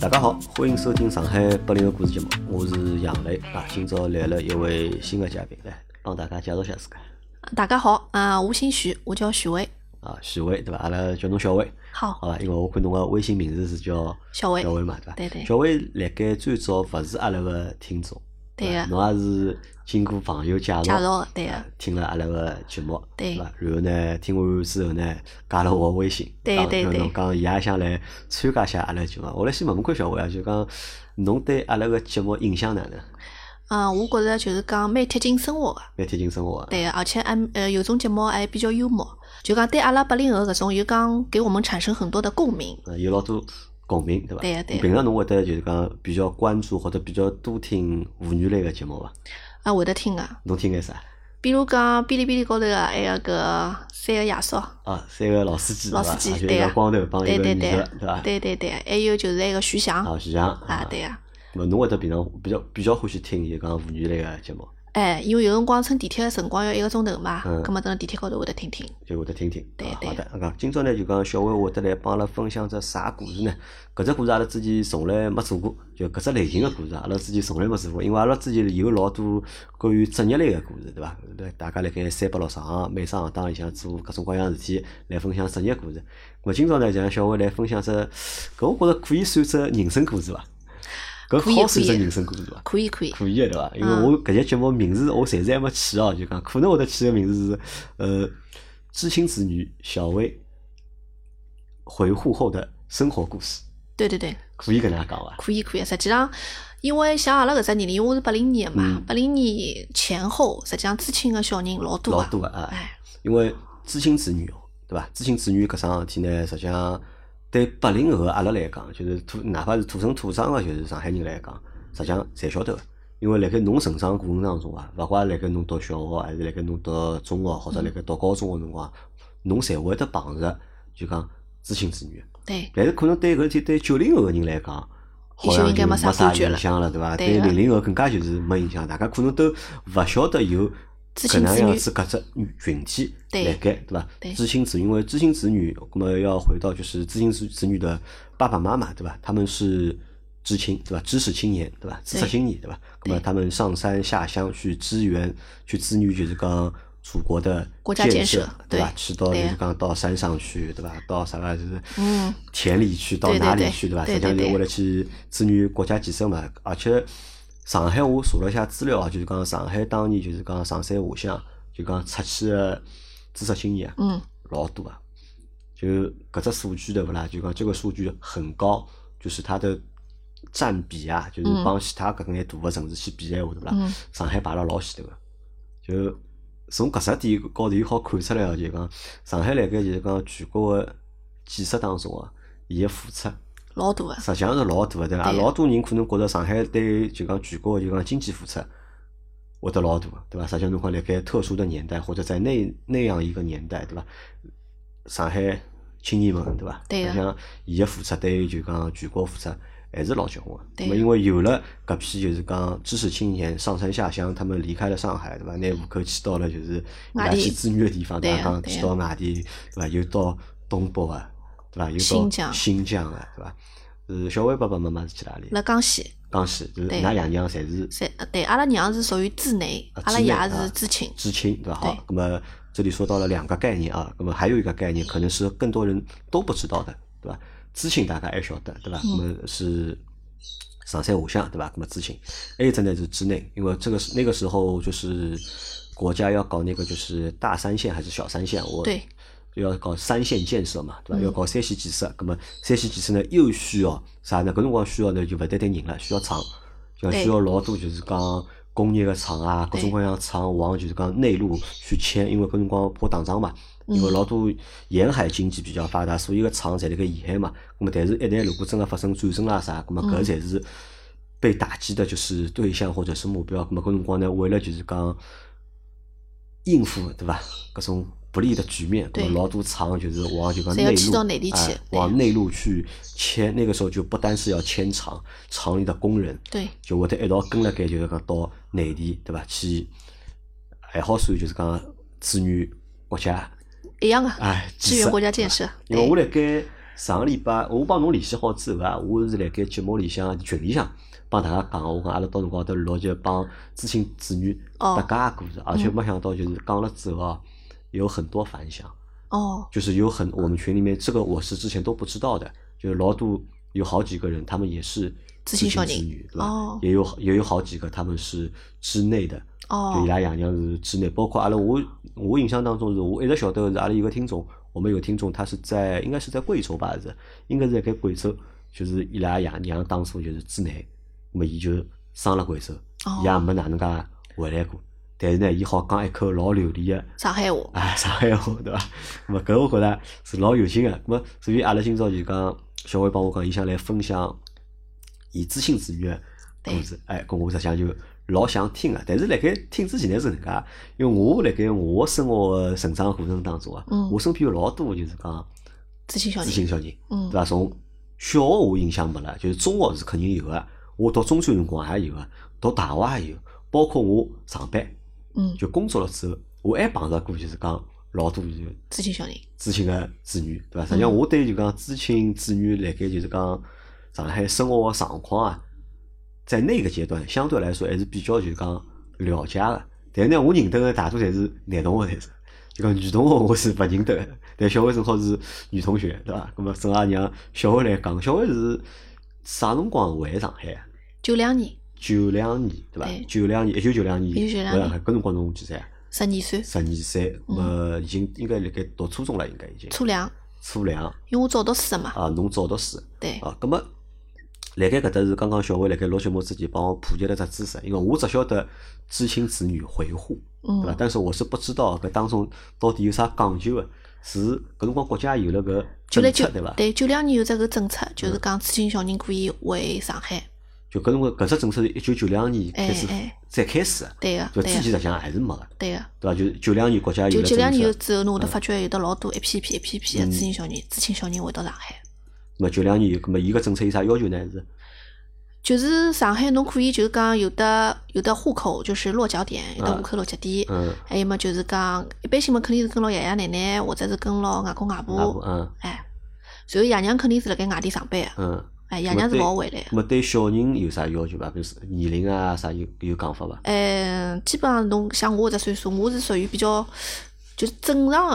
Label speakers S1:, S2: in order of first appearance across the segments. S1: 大家好，欢迎收听上海八零后故事节目，我是杨磊啊。今朝来了一位新的嘉宾，来帮大家介绍一下自家
S2: 大家好啊，我姓徐，我叫徐巍。
S1: 啊，徐伟对伐？阿拉叫侬小伟，
S2: 好，
S1: 好伐？因为我看侬个微信名字是叫
S2: 小伟
S1: 小伟嘛，对伐？
S2: 对对
S1: 小伟辣盖最早勿是阿拉个听众，
S2: 对
S1: 伐
S2: 个
S1: 侬也是经过朋友介绍
S2: 介绍的对个
S1: 啊听了阿拉个节目，
S2: 对
S1: 伐？然后呢，听完之后呢，加了我微信，
S2: 对
S1: 讲
S2: 对
S1: 跟
S2: 对
S1: 侬讲伊也想来参加一下阿拉节目。我来先问问看小伟啊，就讲侬对阿拉个节目印象哪能？
S2: 嗯，我觉着就是讲蛮贴近生活个，
S1: 蛮贴近生活啊，
S2: 对个，而且还呃有种节目还比较幽默，就讲对阿拉八零后搿种，就讲给我们产生很多的共鸣。
S1: 呃有老多共鸣，对伐？
S2: 对个对个
S1: 平常侬会得就是讲比较关注或者比较多听妇女类个节目伐？
S2: 啊，会得听个，
S1: 侬听眼啥？
S2: 比如讲哔哩哔哩高头个，还有个三个爷叔，
S1: 啊，三个老司机
S2: 老
S1: 对伐
S2: 司机
S1: 啊就
S2: 对
S1: 一个
S2: 啊
S1: 光头帮一
S2: 对
S1: 个
S2: 对
S1: 女
S2: 对
S1: 的，对伐？
S2: 对对对，还有就是那个徐翔
S1: 啊，徐翔
S2: 啊，对。个，
S1: 咾侬会得平常比较比较欢喜听伊讲妇女类个节目，
S2: 哎，因为有辰光乘地铁个辰光要一个钟头嘛，
S1: 嗯
S2: 葛末等地铁高头会得听听。
S1: 就会得听听。
S2: 对
S1: 啊
S2: 对
S1: 好的，讲今朝呢就讲小伟会得来帮阿拉分享只啥故事呢？搿只故事阿拉之前从来没做过，就搿只类型个故事啊阿拉之前从来没做过，因为阿拉之前有老多关于职业类个故事，对伐？来大家辣盖三百六十行每只行当里向做各种各样的事体来分享职业故事。咾今朝呢就让小伟来分享只，搿我觉着可以算只人生故事伐？搿
S2: 可以
S1: 好算
S2: 可
S1: 只
S2: 以
S1: 人生故事伐？
S2: 可以可以，
S1: 可以的对伐？因为
S2: 嗯
S1: 我搿些节目名字我暂时还没起哦，就讲可能会得起个名字是呃知青子女小薇回沪后的生活故事，
S2: 对对对。
S1: 可以搿能样讲伐？
S2: 可以可以，实际上，因为像阿拉搿只年龄，因为我是八零年的嘛
S1: 嗯，
S2: 八零年前后，实际上知青个小人老多
S1: 老
S2: 啊
S1: 多个啊，
S2: 哎，
S1: 因为知青子女哦，对伐？知青子女搿桩事体呢，实际上对八零后的阿拉来讲，就是土哪怕是土生土长个，就是上海人来讲，实际上侪晓得个。因为辣盖侬成长过程当中啊，勿怪辣盖侬读小学，还是辣盖侬读中学，或者辣盖读高中个辰光，侬侪会得碰着就讲知青子女。
S2: 对
S1: 但是可能对搿事体对九零后个人来讲，好
S2: 已经
S1: 像
S2: 应该
S1: 就没
S2: 没啥
S1: 啥
S2: 感觉
S1: 影
S2: 了
S1: 响了，对伐？
S2: 对
S1: 对
S2: 个
S1: 零零后更加就是没影响，大家可能都勿晓得有
S2: 知
S1: 搿
S2: 青
S1: 能
S2: 子
S1: 样
S2: 女
S1: 子搿只群体
S2: 对
S1: 辣盖，对伐
S2: 对？
S1: 知青子女，因为知青子女，我们要回到就是知青子子女的爸爸妈妈，对伐？他们是。知青对吧？知识青年对吧？知识
S2: 对
S1: 青年对吧？那么
S2: 对
S1: 他们上山下乡去支援、去支援，就是讲祖国的
S2: 国家建
S1: 设
S2: 设
S1: 对吧？
S2: 对
S1: 去到就
S2: 对
S1: 是
S2: 呀
S1: 讲到山上去对吧？到啥个就是
S2: 嗯
S1: 田里去，到
S2: 对对
S1: 哪里
S2: 对
S1: 去，吧？
S2: 对
S1: 实际上
S2: 对
S1: 就
S2: 对
S1: 为了去支援国家建设嘛。而且上海我查了一下资料啊，就是讲上海当年就是讲上山下乡，就讲出去的知识青年啊，
S2: 嗯，
S1: 老多啊。就搿只数据对勿啦？就讲这个数据很高，就是它的占比啊，就是
S2: 嗯
S1: 帮其他搿眼大个城市去比闲话对勿啦
S2: 嗯？
S1: 上海排了老前头个。就从搿只点高头，伊好看出来哦，就讲上海辣盖就是讲全国个建设当中啊，伊个付出
S2: 老多啊个，
S1: 实际上是老大个，对伐？
S2: 对
S1: 老多人可能觉着上海对就讲全国就讲经济付出会得老大个，对伐？实际上侬看辣盖特殊的年代，或者在那那样一个年代，对伐？上海青年们，对伐？
S2: 对
S1: 实
S2: 个
S1: 际上伊个付出对于就讲全国付出还是老结棍个。
S2: 对
S1: 那么因为有了搿批就是讲知识青年上山下乡，他们离开了上海，对伐？拿户口迁到了就是伊拉
S2: 外地
S1: 去支援个地方，
S2: 对
S1: 对
S2: 呀
S1: 伐？讲
S2: 对
S1: 迁
S2: 呀
S1: 到外地，对伐？又到东北啊，对伐？又
S2: 新
S1: 到
S2: 疆
S1: 新疆啊，对伐？是小伟爸爸妈妈是去哪里？
S2: 辣江西，
S1: 江西，就是
S2: 对
S1: 㑚爷娘侪是
S2: 侪对，阿拉娘是属于知内
S1: 啊，
S2: 阿拉
S1: 知内
S2: 爷
S1: 啊
S2: 是知青，
S1: 知青，对吧？
S2: 对
S1: 好，那么这里说到了两个概念啊，那么还有一个概念可能是更多人都不知道的，对吧？知青大家还晓得，对吧？那
S2: 嗯
S1: 么是上山下乡，对吧？那么知青，还有一只呢是知内，因为这个是那个时候就是国家要搞那个就是大三线还是小三线，我
S2: 对
S1: 要搞三线建设嘛，对伐？
S2: 嗯
S1: 要搞三线建设，葛么三线建设呢又需要啥呢？搿辰光需要呢就勿单单人了，需要厂，就
S2: 对
S1: 需要老多就是讲工业个厂啊，各
S2: 对
S1: 种各样的厂往就是讲内陆去迁，因为搿辰光跑打仗嘛，因为
S2: 嗯
S1: 老多沿海经济比较发达，所以个厂侪辣盖沿海嘛。葛么但是一旦如果真个发生战争啦啥，葛么搿
S2: 嗯
S1: 才是被打击的就是对象或者是目标。葛么搿辰光呢，为了就是讲。应付对伐？搿种不利的局面，搿
S2: 对
S1: 么老多厂就是往就讲
S2: 侪要
S1: 内
S2: 迁
S1: 陆
S2: 到内地
S1: 哎
S2: 去对
S1: 往内陆去迁。那个时候就不单是要迁厂，厂里的工人
S2: 对
S1: 就会得一道跟辣盖，就是讲到内地对伐？去还好算就是讲支援国家
S2: 一样个，啊
S1: 哎，
S2: 支援国家建设
S1: 啊因为
S2: 对
S1: 我辣盖上个礼拜我帮侬联系好之后啊，我是辣盖节目里向群里向帮大家讲，我讲阿拉到辰光头录就帮知青子女
S2: 哦嗯
S1: 搭家的故事，而且没想到就是讲了之后啊，有很多反响。
S2: 哦，
S1: 就是有很我们群里面这个我是之前都不知道的，就是老杜有好几个人，他们也是知
S2: 知青小
S1: 子
S2: 人
S1: 女，对吧？
S2: 哦
S1: 也有也有好几个他们是之内的，
S2: 哦
S1: 就伊拉爷娘是之内，包括阿拉我我印象当中是我一直晓得是阿拉有个听众，我们有听众他是在应该是在贵州吧还是，应该是在该贵州，就是伊拉爷娘当初就是之内，那么伊就生了贵州，
S2: 哦
S1: 伊也没哪能介回来过，但是呢，伊好讲一口老流利的。
S2: 上海话，
S1: 啊，上海话 对伐？咁么搿我觉着是老有劲个。咁么所以阿拉今朝就讲，小伟帮我讲，伊想来分享伊知性子女个故事。哎，咁我实际上就老想听个，但是辣盖听之前呢是搿能介，因为我辣盖我生活个成长过程当中啊，
S2: 嗯
S1: 我身边有老多就是讲
S2: 知青小
S1: 知
S2: 人，
S1: 性小人，
S2: 嗯
S1: 对伐？从小学我印象没了，就是中学是肯定有个，我读中专辰光也有个，读大学也有，包括我上班
S2: 嗯，
S1: 就工作了之后，我还碰着过就是讲老多就是。
S2: 知青小人，
S1: 知青个子女，对伐？实际上，我对就讲知青子女辣盖就是讲上海生活个状况啊，在那个阶段相对来说还是比较就是讲了解个。但是呢，我认得个大多侪是男同学，侪是就讲女同学我是勿认得个，但小伟正好是女同学，对伐？咁么正好让小伟来讲，小伟是啥辰光回上海啊？
S2: 九两年，
S1: 九两年，对伐
S2: 对？
S1: 九两年，一九九两年
S2: 1992
S1: 回
S2: 年
S1: 上海，搿辰光侬几岁啊？
S2: 十二岁，
S1: 十二岁，呃，已经应该辣盖读初中了，应该已经
S2: 初两，
S1: 初两。
S2: 因为我早读书的嘛，
S1: 啊，侬找到书
S2: 对，
S1: 啊，葛么，辣盖搿搭是刚刚小伟辣盖录节目之前帮我普及了只知识，因为我只晓得知青子女回沪，对伐
S2: 嗯？，
S1: 但是我是不知道搿当中到底有啥讲究个，是搿辰光国家有了搿
S2: 九
S1: 政
S2: 来九
S1: 策对嗯伐？
S2: 对九两年有只个政策，就是讲知青小人可以回上海，
S1: 就搿辰光搿只政策是一九九两年
S2: 哎
S1: 开始
S2: 哎
S1: 再开始个，
S2: 对个啊
S1: 就之
S2: 对
S1: 前
S2: 个
S1: 实际上还是没个，
S2: 对个。
S1: 对伐？就九两年国家有
S2: 就
S1: 了
S2: 九两年
S1: 政策，
S2: 之后，侬会得发觉有得老多一批一批一批一批的
S1: 嗯
S2: 知青小人、知青小人回到上海。
S1: 那么九两年有，葛么伊搿政策有啥要求呢？是
S2: 就是上海，侬可以就是讲有的有的户口就是落脚点，有的
S1: 啊
S2: 户口落脚点，
S1: 嗯，
S2: 还有么就是讲一般性嘛，肯定是跟牢爷爷奶奶或者是跟牢外公外
S1: 外婆
S2: 婆，
S1: 嗯
S2: 哎。随后爷娘肯定是辣盖外地上班个，
S1: 嗯，
S2: 哎，爷娘是勿好回来
S1: 葛
S2: 个。
S1: 么对小人有啥要求伐？比如说年龄啊啥有有讲法伐？
S2: 嗯，基本上侬像我这岁数，我是属于比较就是正常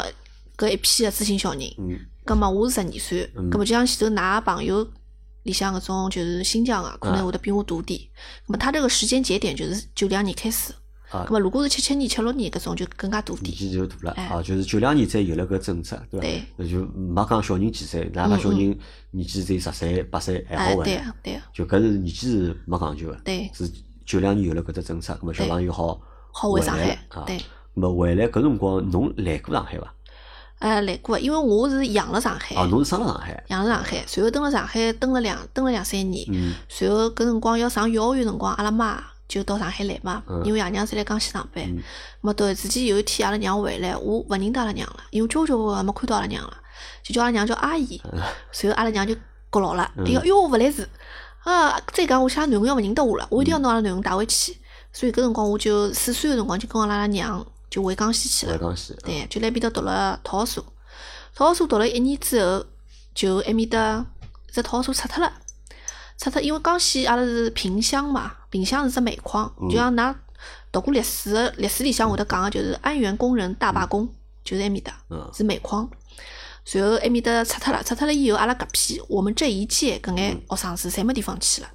S2: 个搿一批个知青小人。
S1: 嗯。
S2: 葛末我是十二岁，
S1: 嗯
S2: 葛末就像前头㑚朋友里向搿种就是新疆个，可能
S1: 啊
S2: 会得比我大点。葛末他这个时间节点就是九两年开始，
S1: 啊
S2: 葛，末如果是七七年、七六年搿种就更加大
S1: 年
S2: 点。
S1: 纪就大了
S2: 哎
S1: 啊，就是九两年才有了搿政策，对伐
S2: 对？嗯
S1: 那就没讲小人几岁，哪怕小人年纪只有十岁、八岁还
S2: 哎，
S1: 嗯好
S2: 对
S1: 玩，
S2: 啊，对啊，
S1: 就搿是年纪是没讲究个，
S2: 对，
S1: 是九两年有了搿只政策，那么小朋友好
S2: 好
S1: 回
S2: 回上
S1: 来
S2: 海
S1: 啊。，
S2: 对，
S1: 那么回来搿辰光侬来过上海伐？
S2: 哎，来过，因为我是养了上海，
S1: 啊，侬是生了上海，
S2: 养了上海，随后蹲了上海蹲了两蹲了两三年，
S1: 嗯
S2: 随后搿辰光要上幼儿园辰光，阿拉妈就到上海来嘛，
S1: 嗯
S2: 因为爷娘是来江西上班
S1: 嗯。
S2: 没突然之间有一天，阿拉娘回来，我勿认得阿拉娘了，因为久久个没看到阿拉娘了，就叫阿拉娘叫阿姨。随后阿拉娘就觉牢了，
S1: 嗯
S2: 伊讲哟勿来事，啊，再讲我想囡恩要勿认得我了，我
S1: 嗯
S2: 一定要拿阿拉囡恩带回去。所以搿辰光我就四岁个辰光就跟阿拉娘就回江西去
S1: 回
S2: 了，
S1: 江西，
S2: 对，就辣埃面搭读了托儿所。托儿所读了一年之后，就埃面搭只托儿所拆脱了，拆脱，因为江西阿拉是萍乡嘛，萍乡是只煤矿，就像㑚读过历史的历史里向会得讲个，就是安源工人大罢工，就是埃面搭
S1: 嗯
S2: 是煤矿。随后埃面搭拆脱了，拆脱了以后，阿拉搿批我们这一届搿眼学生子侪没地方去了，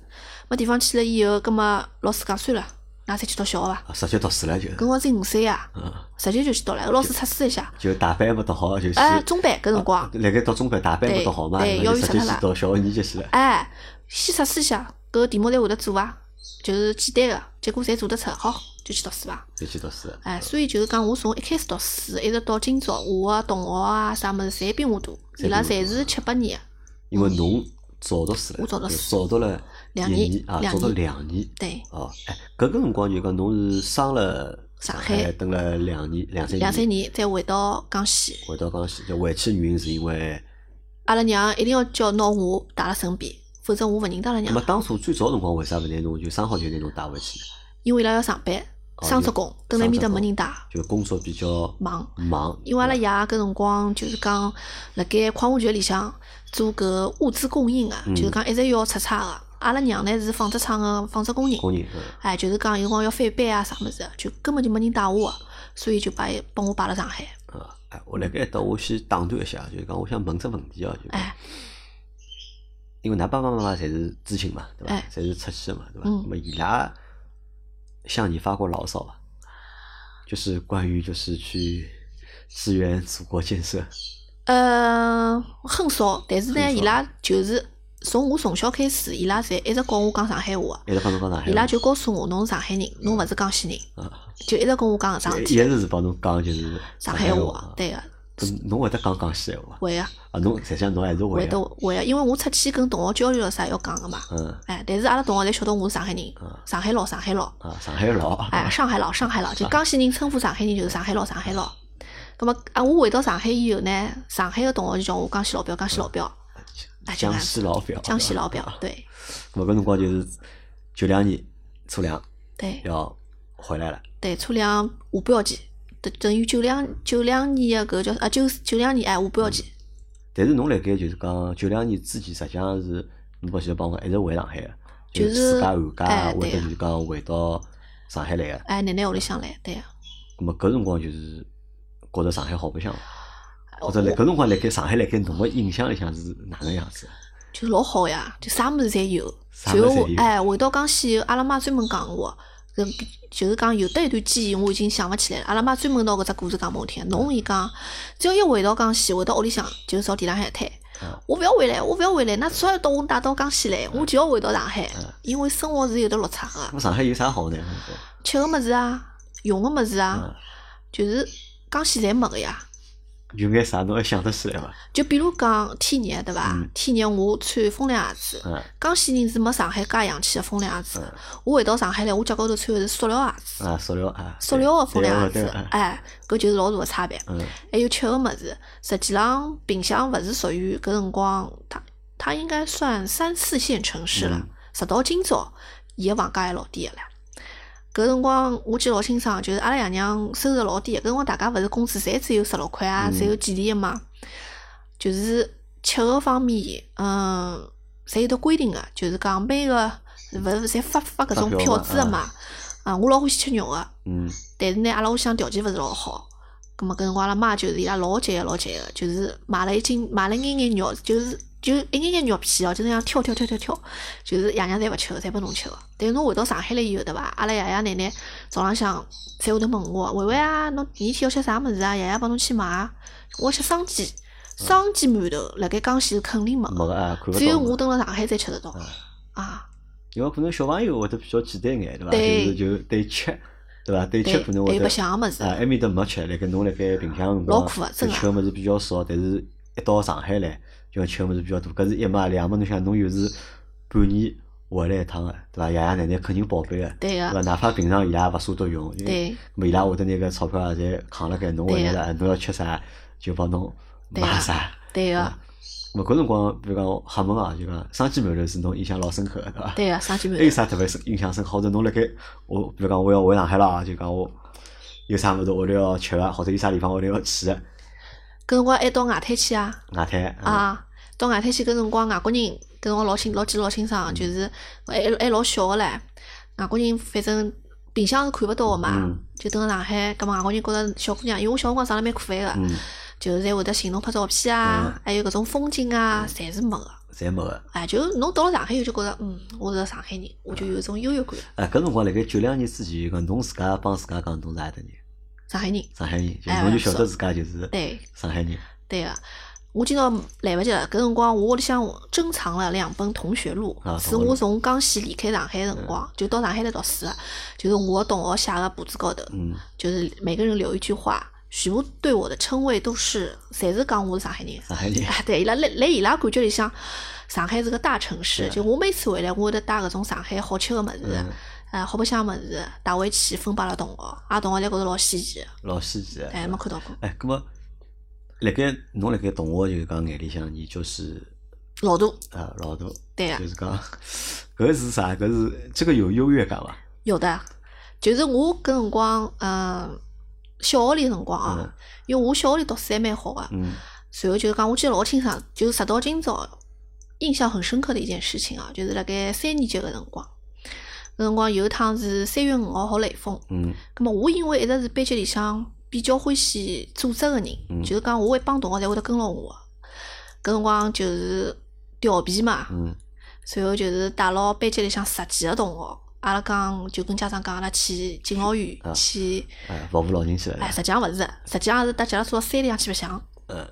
S2: 没地方去了以后，葛末老师讲算了，㑚侪去读小学伐？
S1: 啊直接读书了就
S2: 搿，辰光只有五岁啊，
S1: 嗯，
S2: 直接就去读了。老师测试一下，
S1: 就大班还没读好就去，
S2: 哎，中班搿辰光，
S1: 辣盖读中班大班没
S2: 对
S1: 读好嘛，
S2: 对
S1: 那么
S2: 要
S1: 就直
S2: 求
S1: 接
S2: 啥
S1: 去
S2: 啦
S1: 读小学年级去了，
S2: 哎，先测试一下，搿个题目侪会得做伐？就是简单个，结果侪做得出，好就去读书伐？
S1: 就去读书了，
S2: 哎，所以就是讲，我从一开始读书，一直到今朝，我个同学啊啥物事，侪比我大，伊拉侪是七八年个，
S1: 因为侬早读书了，
S2: 我早读
S1: 就
S2: 书
S1: 早读了
S2: 两
S1: 一
S2: 年
S1: 啊，
S2: 两
S1: 早读
S2: 年
S1: 两年
S2: 对，
S1: 哦。哎，搿个辰光就讲侬是生了
S2: 上
S1: 海，
S2: 海
S1: 蹲了两年两三
S2: 两三
S1: 年，
S2: 年再回到江西，
S1: 回到江西，就回去的原因是因为，
S2: 阿拉娘一定要叫拿我带辣身边，否则我勿认得阿拉
S1: 那
S2: 娘
S1: 么
S2: 了，
S1: 当初最早辰光为啥勿拿侬就生好就拿侬带回去呢？
S2: 因为伊拉要上班，
S1: 哦
S2: 双
S1: 就
S2: 职工，蹲辣埃面搭
S1: 双职
S2: 没
S1: 工
S2: 人带，
S1: 就工作比较
S2: 忙。
S1: 忙，
S2: 因为阿拉爷搿辰光就是讲，辣盖矿务局里向做搿物资供应啊，就是讲一直要出差个。阿拉娘呢是纺织厂个纺织工人，
S1: 工人，嗯
S2: 哎，就是讲有辰光要翻班啊啥物事，就根本就没人带我个，所以就把伊帮我摆辣上海。
S1: 啊，哎，我辣盖埃搭，我先打断一下，就是讲，我想问只问题哦，就是讲
S2: 哎，
S1: 因为㑚爸爸妈妈侪是知青嘛，对伐
S2: 哎？
S1: 侪是出去的嘛，对伐？
S2: 嗯
S1: 那么伊拉向你发过牢骚伐？就是关于就是去支援祖国建设，
S2: 呃，很少，但是
S1: 很
S2: 呢，
S1: 少
S2: 伊拉就是从我从小开始，伊拉侪一直教我讲上海话
S1: 一直帮侬讲上
S2: 个，
S1: 海
S2: 伊拉
S1: 话
S2: 就告诉我，侬是上海人，侬勿是江西人，
S1: 啊，
S2: 就一直跟我讲搿桩事
S1: 一
S2: 体，
S1: 直是帮侬讲就是
S2: 上
S1: 海
S2: 海
S1: 话
S2: 话，
S1: 啊。
S2: 对个，
S1: 搿侬会得讲江西话伐？
S2: 会啊，
S1: 啊，侬实际上侬还是会
S2: 会
S1: 啊
S2: 得。会啊，因为我出去跟同学交流了啥要讲个嘛，
S1: 嗯
S2: 哎，但是阿拉同学侪晓得我是上海人，上海佬，上海佬，
S1: 啊，上海佬啊，
S2: 哎，上海佬，上海佬，就江西人称呼上海人就是上海佬，上海佬。咁么啊，我回到上海以后呢，上海个同学就叫我江西老表，江西老表，哎就
S1: 江
S2: 搿样
S1: 西老表，
S2: 江西老表，啊对
S1: 咾搿辰光就是九两年初两
S2: 对。
S1: 要回来了，
S2: 对，车辆下标记，等等于九两九两年个搿叫啥啊九九两年哎下标记，
S1: 但是侬辣盖就是讲九两年之前，实际上是侬不晓得帮我一直回上海个，
S2: 就是
S1: 自家寒假
S2: 哎
S1: 或者
S2: 对啊
S1: 就是讲回到上海来个。
S2: 哎奶奶屋里向来，对个。
S1: 咁么搿辰光就是觉着上海好白
S2: 呃
S1: 相伐，或者辣搿辰光辣盖上海辣盖侬个印象里向是哪能样子？
S2: 就老好呀，就啥物事侪有。
S1: 啥
S2: 然后
S1: 物事
S2: 我
S1: 侪有
S2: 哎，回到江西以后，阿拉妈专门讲我，搿就是讲有得一段记忆，我已经想勿起来了。阿拉妈专门拿搿只故事讲拨我听。侬伊讲，只要一回到江西，回到屋里向就朝地浪向一摊
S1: 啊。
S2: 我勿要回来，我勿要回来，那早要到我带到江西来，我就要回到上海，
S1: 啊
S2: 因为生活是有得落差
S1: 咁
S2: 个，
S1: 么上海有啥好呢？嗯
S2: 吃个物事啊，用个物事啊，就是江西侪没个呀。
S1: 有眼啥侬还想得起来伐？
S2: 就比如讲天热对伐
S1: 嗯？
S2: 天热我穿风凉鞋子，
S1: 嗯
S2: 江西人是没上海介洋气个风凉鞋子
S1: 嗯。
S2: 我回到上海来，我脚高头穿个是塑料鞋子，
S1: 啊，塑料啊，
S2: 塑料个
S1: 对
S2: 风凉
S1: 对个
S2: 鞋
S1: 对
S2: 子
S1: 个，
S2: 哎，搿就是老大个差别。
S1: 嗯
S2: 还有吃个物事，实际浪萍乡勿是属于搿辰光，它它应该算三四线城市了
S1: 嗯。
S2: 直到今朝，伊个房价还老低个唻。搿辰光我记得老清爽，就是阿拉爷娘收入老低，搿辰光大家勿是工资侪只有十六块啊，
S1: 嗯
S2: 只有几钿个嘛。就是吃个方面，嗯，侪有得规定个，就是讲每个勿是侪发发搿种
S1: 发票
S2: 票
S1: 嘛
S2: 子个嘛。啊，我老欢喜吃肉个、
S1: 嗯，
S2: 但是呢，阿拉屋里向条件勿是老好，葛末搿辰光阿拉妈就是伊拉老节约老节约，就是买了一斤买了一眼眼肉，就是就一眼眼肉片哦，就那样挑挑挑挑挑，就是爷娘侪勿吃个，侪拨侬吃个。但是侬回到上海来以后对伐？阿拉爷爷奶奶早浪向侪会得问我，维维啊，侬第二天要吃啥物事啊？爷爷帮侬去买啊，我要吃生煎，生煎馒头辣盖江西是肯定没
S1: 没
S2: 个，
S1: 个啊，看勿到。
S2: 只有我蹲辣上海才吃得到
S1: 嗯
S2: 啊。
S1: 因为可能小朋友会得比较简单眼，对伐？
S2: 对
S1: 就是就对吃，对伐？对吃
S2: 对，
S1: 可能
S2: 还
S1: 会
S2: 有
S1: 得
S2: 白相个物事
S1: 啊，，埃面搭没吃，辣盖侬辣盖萍乡辰光，
S2: 老苦啊真
S1: 就
S2: 的
S1: 吃个物事比较少，但是一到上海来就要吃个物事比较多。搿是一嘛两嘛，侬想侬又是半年回来一趟个，对伐？爷爷奶奶肯定宝贝个，
S2: 对
S1: 对伐？
S2: 个，
S1: 哪怕平常伊拉也勿舍得用，因为
S2: 对。
S1: 咾么伊拉会得拿搿钞票啊侪扛辣盖，侬回来
S2: 对啊
S1: 了，啊侬要吃啥就帮侬
S2: 对啊
S1: 买啥。
S2: 对个、
S1: 啊咾么搿辰光，比如讲黑门啊，就讲生煎馒头是侬印象老深刻个，对伐？
S2: 对个、生煎
S1: 还有
S2: 馒头。
S1: 啥特别印象深刻？或者侬辣盖我，比如讲我要回上海了啊，就讲我有啥物事屋里要吃个，或者有啥地方屋里要去个，
S2: 搿辰光还到外滩去啊，
S1: 外滩啊，
S2: 啊，到外滩去搿辰光，外国人搿辰光老清老记得老清爽，
S1: 嗯
S2: 就是还还老小个唻。外国人反正萍乡是看勿到个嘛
S1: 嗯，
S2: 就蹲辣上海，葛末外国人觉着小姑娘，因为我小辰光长得蛮可爱个，
S1: 嗯，
S2: 就是侪会得寻侬拍照片啊
S1: 嗯，
S2: 还有搿种风景啊，侪是没个。
S1: 侪没个。
S2: 哎，就侬到了上海以后就觉着，嗯，我是个上海人，我就有一种优越感。
S1: 哎，搿辰光辣盖九两年之前，讲侬自家帮自家讲侬是阿搭人，
S2: 上海人，
S1: 上海人，就
S2: 哎
S1: 侬就
S2: 不
S1: 晓
S2: 错
S1: 得自家就是
S2: 对
S1: 上海人。
S2: 对个、我今朝来勿及了，搿辰光我屋里向珍藏了两本同学录，
S1: 啊同
S2: 是
S1: 学录嗯
S2: 我从江西离开上海的辰光，就到上海来读书的，就是我的同学写个簿子高头，
S1: 嗯，
S2: 就是每个人留一句话，全部对我的称谓都是，侪是讲我是上海人。
S1: 上海人。
S2: 哎， 对，伊拉来来伊拉感觉里向，上海是个大城
S1: 啊
S2: 市，就我每次回来，我会得带搿种上海好吃个物事
S1: 嗯，，
S2: 呃，好白相个物事带回去分拨阿拉同学，阿拉同学侪觉着老稀奇的，
S1: 老稀奇个。
S2: 哎，没看到过，
S1: 哎，搿么辣盖侬辣盖同学就是讲眼里向，你就是
S2: 老大，
S1: 啊老大，
S2: 对个、
S1: 就是讲搿是啥？搿是这个有优越感伐？
S2: 有的，就是我搿辰光，嗯，小学里辰光
S1: 嗯
S2: 啊，因为我小学里读书还蛮好个，
S1: 嗯
S2: 随后就是讲，我记得老清爽，就是直到今朝，印象很深刻的一件事情啊，就是辣盖三年级个辰光，搿辰光有一趟是三月五号好雷锋，
S1: 嗯
S2: 咁么我因为一直是班级里向比较欢喜组织个人
S1: 嗯，
S2: 就是讲我一帮同学侪会得跟牢我个，搿辰光就是调皮嘛，
S1: 嗯
S2: 随后就是带牢班级里向十几个同学，阿拉讲就跟家长讲，阿拉去敬老院
S1: 啊
S2: 去。
S1: 哎，服务老人去
S2: 哎，
S1: 了，
S2: 实际上勿是，实际上是搭脚踏车到山里向去白相。
S1: 嗯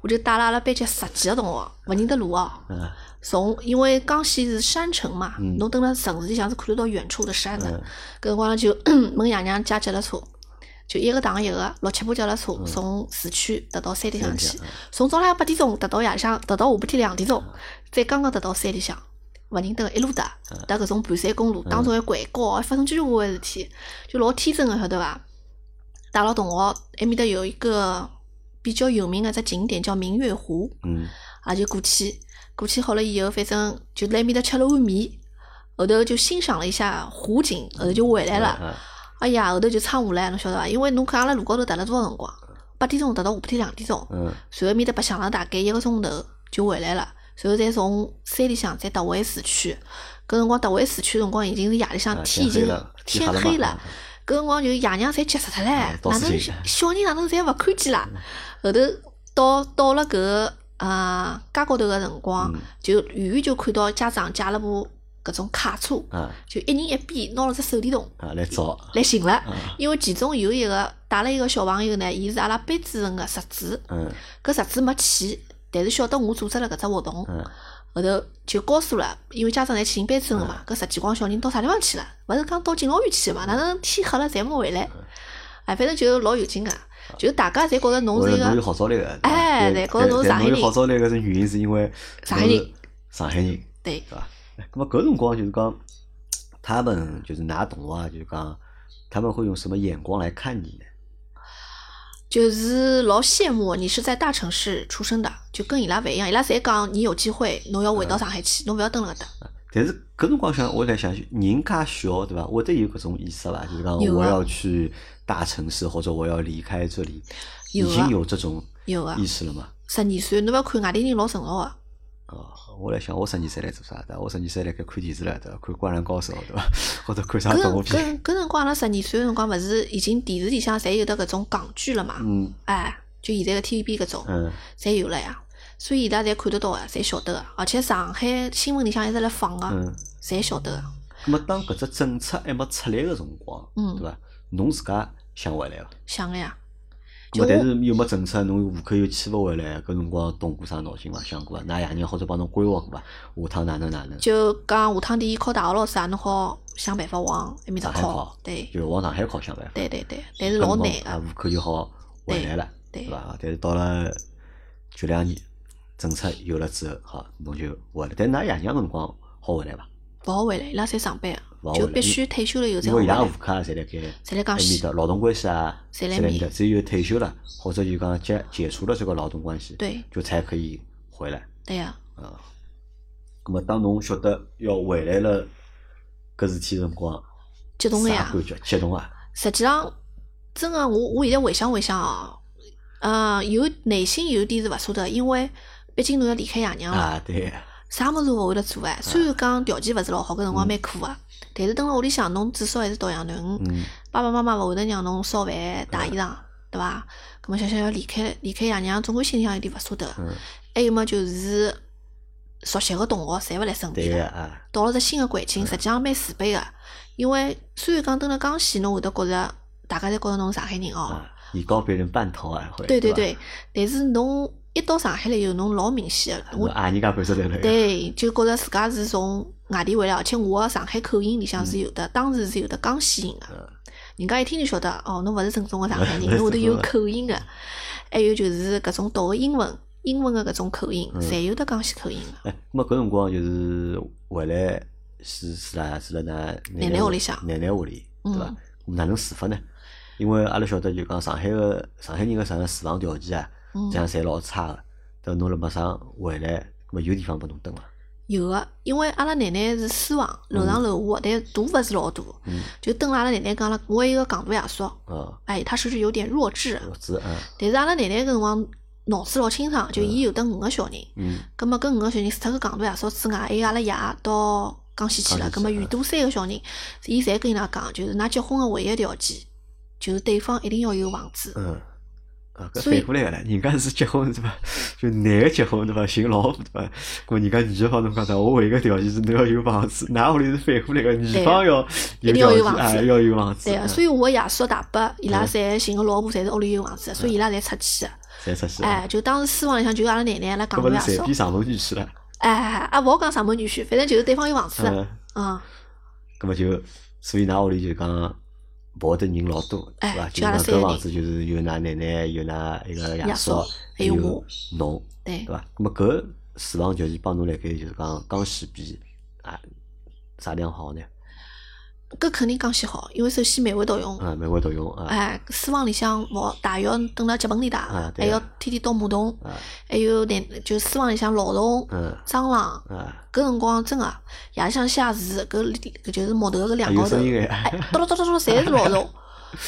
S2: 我就带了阿拉班级十几个同学，勿认得路哦。
S1: 嗯
S2: 从因为江西是山城嘛，
S1: 嗯
S2: 侬蹲辣城市里向是看得到远处的山的。
S1: 嗯
S2: 搿辰光就问爷娘借脚踏车，就一个打一个，六七部脚踏车从市区搭到山里向
S1: 嗯山
S2: 去
S1: 里向嗯，
S2: 从早浪八点钟搭到夜里向，搭到下半天两点钟，再刚刚搭到山里向。勿认得个一路搭
S1: 嗯
S2: 搭搿种盘山公路，当中还拐角，啊还发生交关个事体，就老天真个，晓得伐？带牢同学，埃面搭有一个比较有名个只景点叫明月湖，
S1: 嗯
S2: 也啊就过去，过去好了以后，反正就辣埃面搭吃了碗面，后头就欣赏了一下湖景，后头就回来了。
S1: 嗯
S2: 哎呀，后头就撑下来，侬晓得伐？因为侬看阿拉路高头踏了多少辰光，八点钟踏到下半天两点钟，
S1: 嗯
S2: 随后面搭白相了大概一个钟头就回来了，随后再从山里向再踏回市区。搿辰光踏回市区辰光已经是夜里向
S1: 啊
S2: 天已
S1: 天黑
S2: 经
S1: 了天黑了
S2: 天黑
S1: 嘛啊
S2: 了，搿辰光就爷娘侪急死脱唻，
S1: 哎到
S2: 哪
S1: 处
S2: 能
S1: 寻
S2: 小人哪能侪勿看见啦？后头到到了搿个啊街高头个辰光
S1: 嗯，
S2: 就远远就看到家长借了部搿种卡车，
S1: 啊
S2: 就一人一边拿了只手电筒
S1: 啊来找
S2: 来寻了
S1: 啊，
S2: 因为其中有一个带了一个小朋友呢，伊是阿拉班主任个侄子，
S1: 嗯
S2: 搿侄子没去，但是晓得我组织了搿只活动，
S1: 嗯
S2: 后头就告诉了，因为家长侪去寻班主任嘛，
S1: 嗯
S2: 搿十几光小人到啥地方去了？勿是讲到敬老院去嘛？哪能天黑了侪没回来？
S1: 嗯
S2: 哎，反正就老有劲个，
S1: 啊
S2: 就大家侪觉着侬
S1: 我
S2: 是
S1: 觉
S2: 一
S1: 得侬有
S2: 个
S1: 号召力个，
S2: 哎
S1: 对
S2: 对觉得侬是
S1: 对
S2: 上海
S1: 侬有
S2: 人
S1: 号召力个是原因是因为
S2: 上海人
S1: 侬是上海人，
S2: 对
S1: 对伐？那么搿辰光就是讲，他们就是㑚同学啊，就是讲他们会用什么眼光来看你呢？
S2: 就是老羡慕你是在大城市出生的，就跟伊拉勿一样。伊拉侪讲你有机会，侬要回到上海
S1: 嗯
S2: 去，侬勿要蹲辣搿搭。
S1: 但是搿辰光想，我在想，人家小对伐？会得有搿种意识伐？就是讲
S2: 有啊
S1: 我要去大城市，或者我要离开这里，
S2: 有啊
S1: 已经有这种
S2: 有啊
S1: 意识了嘛？
S2: 十二岁，侬勿要看外地人老成熟啊个，
S1: 哦，我来想，我十二岁来做啥？对伐？我十二岁来该看电视了，对伐？看《灌篮高手》对伐？ 或者看啥
S2: 搿
S1: 动画
S2: 辰
S1: 片？
S2: 搿搿辰光阿拉十二岁个辰光，勿是已经电视里向侪有得搿种港剧了嘛？
S1: 嗯
S2: 哎，就现在个 TVB 搿种。
S1: 嗯
S2: 侪有了呀。所以伊拉侪看得到个，侪晓得个，啊而且上海新闻里向一直辣放个，
S1: 嗯。
S2: 侪晓得个。啊
S1: 那么当搿只政策还没出来个辰光，
S2: 嗯
S1: 对伐？侬自家想回来伐？
S2: 想个呀，
S1: 那
S2: 就
S1: 么
S2: 我
S1: 但是又没政策，侬户口又迁勿回来，搿辰光动过啥脑筋伐？想过伐？㑚爷娘或者帮侬规划过伐？下趟哪能哪能？
S2: 就讲下趟底考大学老师啊，侬好想办法往埃面搭
S1: 上海
S2: 考
S1: 考。，
S2: 对，
S1: 就往上海考想办法。
S2: 对对对，但是老难
S1: 啊，
S2: 个。
S1: 户口又好回来了，
S2: 对
S1: 对
S2: 对
S1: 伐？啊但是到了九两年政策有了之后，好，侬就回来。但㑚爷娘搿辰光好回来伐？
S2: 勿好回来，伊拉侪上班
S1: 勿好
S2: 个，
S1: 回
S2: 就
S1: 来
S2: 必须退休了以后才
S1: 因
S2: 好
S1: 为
S2: 回
S1: 伊拉
S2: 来
S1: 户。口啊，侪辣盖
S2: 侪辣江
S1: 埃
S2: 西
S1: 面的劳动关系啊，
S2: 侪
S1: 在
S2: 辣
S1: 埃面
S2: 面
S1: 的，只有退休了，或者就讲解解除了这个劳动关系，
S2: 对
S1: 就才可以回来
S2: 对呀，
S1: 啊。那么当侬晓得要回来了搿事体辰光，
S2: 激动个
S1: 啥
S2: 呀。
S1: 感觉？激动啊！
S2: 实际上，真个我我现在回想回想哦，呃，有内心有点是勿舍得，因为毕竟侬要离开爷娘了。
S1: 啊，对，
S2: 啥物事勿会得做哎。
S1: 嗯
S2: 虽然讲条件勿是老好，搿辰光蛮苦个，但是蹲辣屋里向，侬至少还是读爷囡。
S1: 嗯
S2: 爸爸妈妈勿会得让侬烧饭、洗衣裳，对伐？葛末想想要离开离开爷娘，总归心里向有点勿舍得的。
S1: 嗯，
S2: 还有么就是熟悉个同学侪勿来身
S1: 对
S2: 边
S1: 个
S2: 了，
S1: 啊，
S2: 到了只新个环境，实际上蛮自卑个。因为虽然讲蹲辣江西，侬会得觉着大家侪觉着侬是上海人哦，
S1: 啊，你告别人半途而回，
S2: 对
S1: 对
S2: 对
S1: 吧，
S2: 对，但是侬一到上海来以后，侬老明显个了，
S1: 我
S2: 我
S1: 啊，人家感受到了，
S2: 对，就觉着自家是从外地回来，而且我个上海口音里向是有的，当时是有的江西人
S1: 嗯
S2: 个。人家一听就晓得，哦，侬勿是正宗个 上海人，
S1: 勿是
S2: 侬会得
S1: 正
S2: 有
S1: 宗的
S2: 口音个。还有就是搿种读个英文，英文个搿种口音，
S1: 嗯
S2: 侪有的江西口音个。
S1: 哎，那么搿辰光就是回来是是啦，是辣㑚
S2: 奶奶屋里向
S1: 奶奶屋里，对伐
S2: 嗯？
S1: 咾哪能住法呢？因为阿拉晓得就讲上海个上海人个啥个住房条件啊，
S2: 嗯
S1: 这样侪老差个。等侬辣马上回来，咾么有地方拨侬蹲伐？
S2: 有个，因为阿拉奶奶是私房，楼上楼下，但大勿是老大，
S1: 嗯
S2: 就等阿拉奶奶讲了，我有一个戆大爷叔，
S1: 啊，
S2: 哎，他是不是有点弱智？
S1: 我知啊，
S2: 但是阿拉奶奶搿辰光脑子老清爽，就伊有得五个小人，
S1: 嗯，
S2: 葛末搿五个小人除脱搿戆大爷叔之外，还有阿拉爷到江西去了，
S1: 江西去
S2: 葛末
S1: 嗯
S2: 余多三个小人，伊侪跟伊拉讲，就是㑚结婚个唯一条件，就是对方一定要有房子。
S1: 嗯。啊，搿
S2: 所以
S1: 反过来个唻，人家是结婚对伐？就男个结婚对伐？寻老婆对伐？咾人家女个帮侬讲啥？我唯一个条件是侬要有房子，㑚屋里是反过来个，女
S2: 对啊
S1: 方要
S2: 一定
S1: 条
S2: 要有
S1: 件
S2: 房
S1: 啊，
S2: 子
S1: 要有房子。
S2: 对个，
S1: 啊，
S2: 所以我爷叔大伯伊拉
S1: 嗯
S2: 侪寻个老婆，侪是屋里有房子的，所以伊拉侪出去个。
S1: 才出去。
S2: 哎，，就当时私房里向就有阿拉奶奶阿拉
S1: 搿
S2: 戆
S1: 勿
S2: 大
S1: 是随
S2: 爷叔，
S1: 便上门女婿了。
S2: 哎，也勿好讲上门女婿，反正就是对方有房子的，
S1: 嗯，
S2: 嗯，
S1: 搿么就，所以㑚屋里就讲跑的人老多，
S2: 哎
S1: 对伐？
S2: 就
S1: 就
S2: 阿拉
S1: 讲
S2: 三
S1: 搿
S2: 个
S1: 房
S2: 人
S1: 子就是有㑚奶奶，有㑚一个
S2: 爷
S1: 叔
S2: 叔，
S1: 还
S2: 还
S1: 有
S2: 有我
S1: 侬，
S2: 对
S1: 对。伐？搿么搿四房条件帮侬辣盖就是讲江西比啊啥地方好呢？
S2: 搿肯定江西好，因为首先煤气独用，
S1: 啊，美国独用啊
S2: 哎，私房里向毛大浴蹲辣脚盆里
S1: 啊
S2: 打，
S1: 对
S2: 还
S1: 啊
S2: 要天天倒马桶，
S1: 啊
S2: 还有男就私房里向老虫、
S1: 嗯
S2: 蟑螂，
S1: 啊，
S2: 搿辰光真个夜里向写字，搿里搿就是木头搿
S1: 啊
S2: 两
S1: 有
S2: 高头，
S1: 声音
S2: 哎
S1: 哎，，
S2: 哆啦哆啦哆啦，侪是老虫，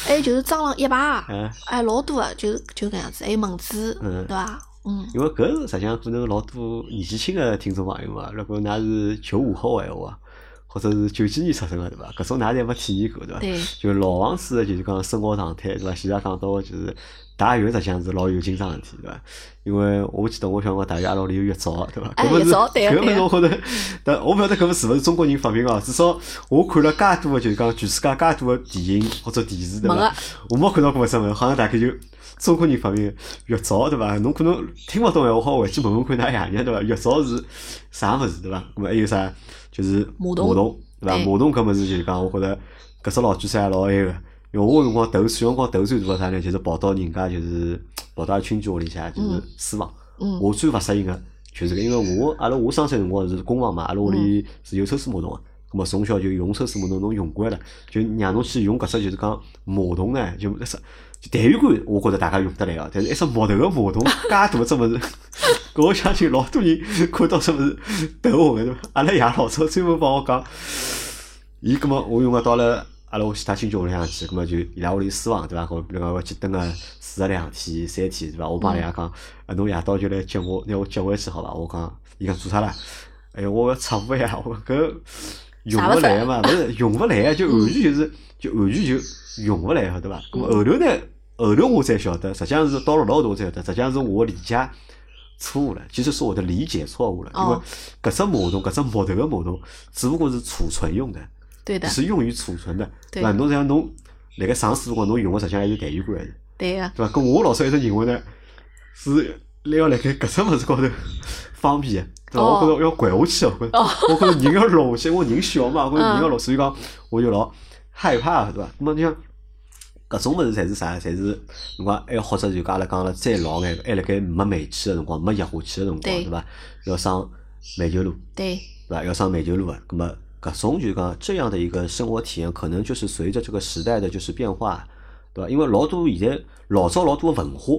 S2: 还有就是蟑螂一排，
S1: 啊，
S2: 哎，老多个，就是就搿样子，还有蚊子，
S1: 嗯
S2: 对伐？嗯，
S1: 因为搿实际上可能老多年纪轻个听众朋友嘛，如果㑚是九五后个闲话，或者是九几年出生个对伐？搿种㑚侪没体验过对伐？
S2: 对，
S1: 就老房子的就是讲生活常态对伐？现在讲到个就是汏浴，实际上是老有经常事体对伐？因为我记得我小辰光汏浴阿拉屋里有浴槽对伐？
S2: 哎
S1: 搿物
S2: 浴
S1: 事
S2: 槽对啊
S1: 搿物
S2: 对
S1: 事
S2: 啊
S1: 我觉着，但我勿晓得搿物事勿是中国人发明哦，至少我看了介多个就是讲全世界介多个电影或者电视对
S2: 没
S1: 伐
S2: 个？
S1: 我没看到过搿只物事，好像大概就中国人发明浴槽对伐？侬可能听勿懂闲话，好回去问问看㑚爷娘对伐？浴槽是啥物事对伐？咾么还有啥就是
S2: 马桶
S1: 马桶对伐？
S2: 对
S1: 马桶搿物事就是讲，我觉着搿只老句三也老埃个。因为我有辰光头小辰光头最大个啥呢？就是跑到人家就是跑到亲戚屋里向，就是
S2: 嗯
S1: 私房。
S2: 嗯
S1: 我最勿适应个就是搿，因为我阿拉我生产辰光是公房嘛，阿拉屋里是有抽水马桶个。咁么从小就用抽水马桶，侬用惯了，就让侬去用搿只就是讲马桶呢，就一只就痰盂罐，我觉着大家用得来个，啊但是一只木头个马桶，介大个只物事， 搿我相信老多人看到这物事头红个对伐？阿拉爷老早专门帮我讲，伊葛末我用个到了阿拉屋其他亲戚屋里向去，葛末就伊拉屋里私房对伐？搿比如讲要去蹲个四十两天、三天对伐？我帮伊拉讲，
S2: 嗯
S1: 啊侬夜到就来接我，拿我接回去好伐？我讲，伊讲做啥啦？哎哟，我要擦汗呀！ 我讲搿用
S2: 啥嗯
S1: 勿
S2: 勿
S1: 来嘛，勿是用勿来啊，就完全就是就完全就用勿来，啊晓得伐？咁
S2: 嗯
S1: 后头呢，后头我才晓得，实际上是到了老大我才晓得，实际上是我理解错误了，其实是我的理解错误了，因为
S2: 哦
S1: 搿只马桶，搿只木头个马桶，只不过是储存用的，
S2: 对的，
S1: 是用于储存的，
S2: 对
S1: 伐？侬像侬辣盖上市辰光，侬用个实际上还有痰盂罐的。
S2: 对个，
S1: 对伐？搿我老早一直认为呢，是要辣盖搿只物事高头方便个，对伐？
S2: 哦
S1: 我觉着要掼下去，我觉着
S2: 哦
S1: 我觉着人要落下去，我人小 嘛，我觉着人
S2: 嗯
S1: 要落，所以讲我就老害怕个，对伐？那么你像搿种物事侪是啥？侪是辰光还或者就讲阿拉讲了再老眼，还辣盖没煤气个辰光，没液化气个辰光，
S2: 对
S1: 对伐？要上煤球炉。
S2: 对，
S1: 对吧？要上美球路啊，那么搿种就是讲这样的一个生活体验，可能就是随着这个时代的就是变化，对吧？因为老多现在老早老多的文化，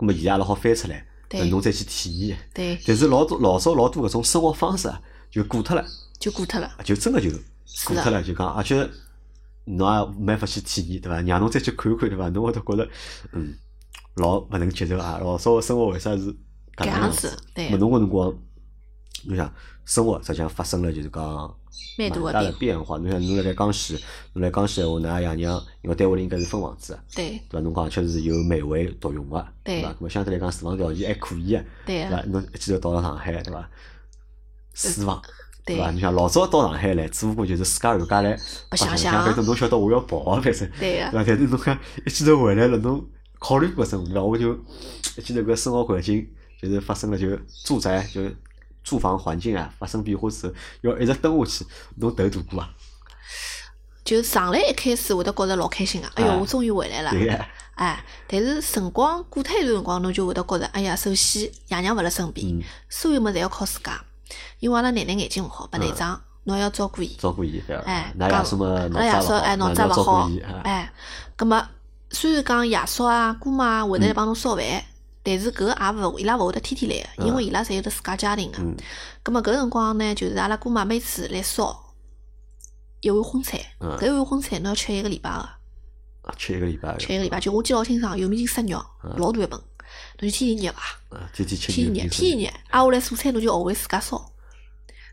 S1: 那么现在阿拉好翻出来，
S2: 对
S1: 呃侬再去体验。
S2: 对，
S1: 但是老多老早老多搿种生活方式啊，就过脱了，
S2: 就过脱了，
S1: 就真的就是过脱
S2: 的，
S1: 了，就讲而且侬也没法去体验，对伐？让侬再去看看，对伐？侬会得觉着嗯，老勿能接受啊，老早个生活为啥是搿
S2: 搿
S1: 能
S2: 样
S1: 样子？
S2: 子，对
S1: 么，侬搿辰光，侬想生活实际上发生了就是讲
S2: 蛮大
S1: 大
S2: 个
S1: 的
S2: 变，
S1: 变化。侬想侬辣盖江西，侬辣江西闲话，㑚爷娘因为单位里应该是分房子的，
S2: 对
S1: 对伐？侬讲确实是有煤位独用个，
S2: 对
S1: 伐？咾么相对来讲，住房条件还可以个，
S2: 对
S1: 对
S2: 个
S1: 伐，？侬一记头到了上海，对伐？私房。
S2: 对
S1: 伐？侬想老早到上海来，只不过就是自家自家来白
S2: 想
S1: 相
S2: 想
S1: 反正侬晓得我要跑，啊反正
S2: 对
S1: 对。伐？
S2: 个
S1: 但是侬看一记头回来了，侬考虑过生活，然后我就一记头搿生活环境就是发生了就住宅就住房环境啊发生变化之后，要一直蹲下去，侬头大过啊？
S2: 就上来一开始会得觉着老开心个，哎
S1: 啊
S2: 哟，我终于回来了，
S1: 对个，
S2: 哎，但是辰光过脱一段辰光，侬就会得觉着，哎呀，首先爷娘勿辣身边，
S1: 嗯，
S2: 所有物事侪要靠自家，因为阿拉奶奶眼睛勿好，白内障，侬还要照顾伊，
S1: 嗯照顾伊，对伐
S2: 哎
S1: 㑚爷叔嘛，
S2: 阿拉爷
S1: 脑
S2: 叔
S1: 子
S2: 哎
S1: 也
S2: 脑
S1: 勿
S2: 子
S1: 好，嘛
S2: 也勿
S1: 照
S2: 好哎
S1: 顾伊，啊，嗯
S2: 哎，葛末虽然讲爷叔啊、姑妈啊会得来帮侬烧饭，但是搿个也勿伊拉勿会得天天来
S1: 嗯
S2: 个，因为伊拉侪有得自家家庭个。葛末搿辰光呢，就是阿拉姑妈每次来烧一碗荤菜，
S1: 嗯
S2: 搿一碗荤菜侬要吃一个礼拜个，
S1: 啊，吃一个礼拜个，
S2: 吃一个礼拜。就我记得老清爽，有面筋塞肉，老大一盆，侬就天天热伐？
S1: 啊，天天吃
S2: 天
S1: 牛
S2: 热
S1: 皮
S2: 天热，挨下啊来蔬菜侬就学会自家烧。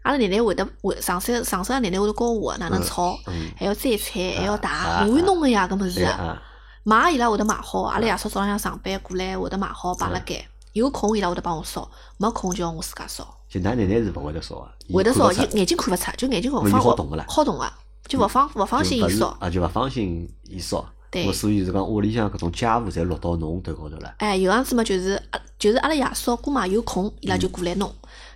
S2: 阿拉奶奶会得会上山上山，奶奶会得教我哪能炒，
S1: 嗯，
S2: 还要摘菜，还要
S1: 啊
S2: 打，
S1: 啊
S2: 勿会弄个呀，搿物
S1: 对
S2: 事。
S1: 啊，
S2: 买伊拉会得买好，阿拉爷叔早浪向上班过来会得买好摆辣盖，有空伊拉会得帮我烧，没空就要我自家烧。
S1: 就㑚奶奶是勿会得烧啊，伊
S2: 会得
S1: 看
S2: 烧，
S1: 勿出
S2: 眼眼睛看勿出，就眼睛勿
S1: 勿
S2: 放
S1: 好动个啦
S2: 好动个，就勿放勿放心
S1: 就勿
S2: 伊
S1: 是
S2: 烧。
S1: 啊，就勿放心伊烧。
S2: 对
S1: 咾所以是讲屋里向搿种家务侪落到侬头高头了。
S2: 哎，有样子嘛，就是啊就是阿拉爷叔姑妈有空，伊拉就过来弄。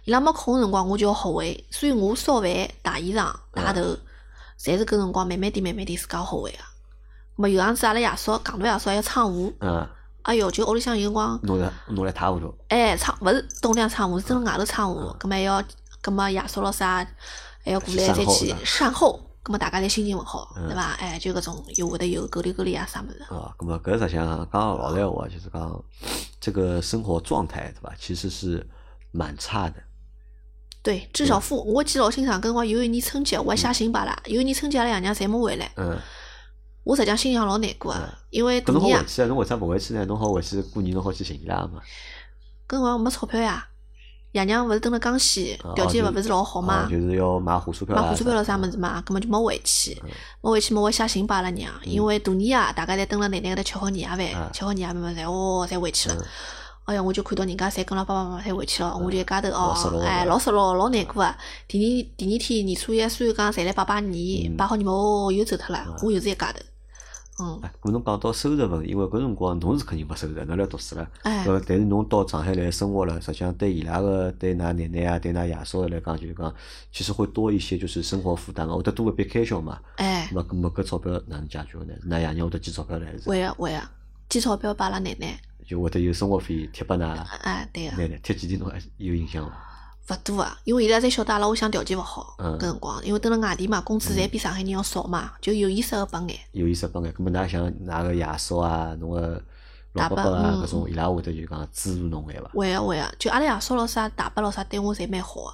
S2: 伊拉没空个辰光，我就要学会，所以我烧饭、洗衣裳、洗头，侪是搿辰光慢慢点、慢慢点自家学会个。咾有样子，阿拉爷叔戆大爷叔还要唱舞，
S1: 嗯，
S2: 哎哟，就屋里向有辰光
S1: 弄得弄了一塌糊涂。
S2: 哎，唱勿是东亮唱舞，是真的外头唱舞，葛末还要，葛末爷叔咾啥，还要过来再去善后，葛末大家侪心情勿好，
S1: 嗯
S2: 对伐？哎，就搿种又会得有狗里狗里啊啥物事，
S1: 啊，那么搿实际上讲老实话，就是讲这个生活状态，对吧？其实是蛮差的。
S2: 对，至
S1: 嗯
S2: 少父我记得老清爽，搿辰光有一年春节我还写信拨阿拉，有一年春节阿拉爷娘侪没回来，
S1: 嗯，
S2: 我实际上心里向老难过
S1: 嗯
S2: 个，因为
S1: 搿
S2: 大
S1: 侬好
S2: 年
S1: 回
S2: 夜
S1: 去啊？侬为啥勿回去呢？侬好回去过年，侬好去寻伊拉嘛？
S2: 搿辰光没钞票呀，爷娘勿是蹲辣江西
S1: 啊，
S2: 条件
S1: 就
S2: 勿是老好
S1: 啊
S2: 嘛，
S1: 就是要买火车票
S2: 买
S1: 啊。嗯
S2: 火车票了啥
S1: 么
S2: 物
S1: 子？
S2: 事嘛，根本就没回去，没回去没回写信拨阿拉娘，因为大年夜大家侪蹲辣奶奶搿搭吃好年夜
S1: 嗯啊
S2: 饭，吃好年夜饭嘛，侪哦侪回去了
S1: 嗯。
S2: 哎呀，我就看到人家侪跟了爸爸妈妈侪回去了，我就一家头
S1: 老失落嗯
S2: 哦，
S1: 的
S2: 哎，老失落，老难过啊。第二第二天年初一，虽然讲侪来拜拜年，
S1: 嗯
S2: 拜好年嘛，哦，又走脱了，我又是一家头。嗯，
S1: 哎，搿侬讲到收入问题，因为搿辰光侬是肯定没收入，侬辣读书了。
S2: 哎，
S1: 呃，但是侬到上海来生活了，实际上对伊拉个对㑚奶奶啊，对㑚爷叔来讲，就是讲其实会多一些就是生活负担嘛，会得多一笔开销嘛。
S2: 哎，
S1: 那搿么搿钞票哪能解决呢？㑚爷娘会得寄钞票来还是？
S2: 会啊会啊，寄钞票拨阿拉奶奶，
S1: 就会得有生活费贴拨㑚奶
S2: 哎，对个。
S1: 奶，贴几天侬还有印象伐？
S2: 勿多啊，因为伊拉侪晓得阿拉屋里向条件勿好，
S1: 嗯
S2: 搿辰光，因为蹲辣外地嘛，工资侪比上海人要少嘛，就有意识个拨眼。
S1: 有意思帮眼，搿么㑚像㑚个爷叔啊，侬个老伯伯
S2: 大伯
S1: 啊，
S2: 嗯
S1: 搿种伊拉会得就讲资助侬眼伐？
S2: 会啊个会个，就阿拉爷叔咾啥、大伯咾啥对我侪蛮好个，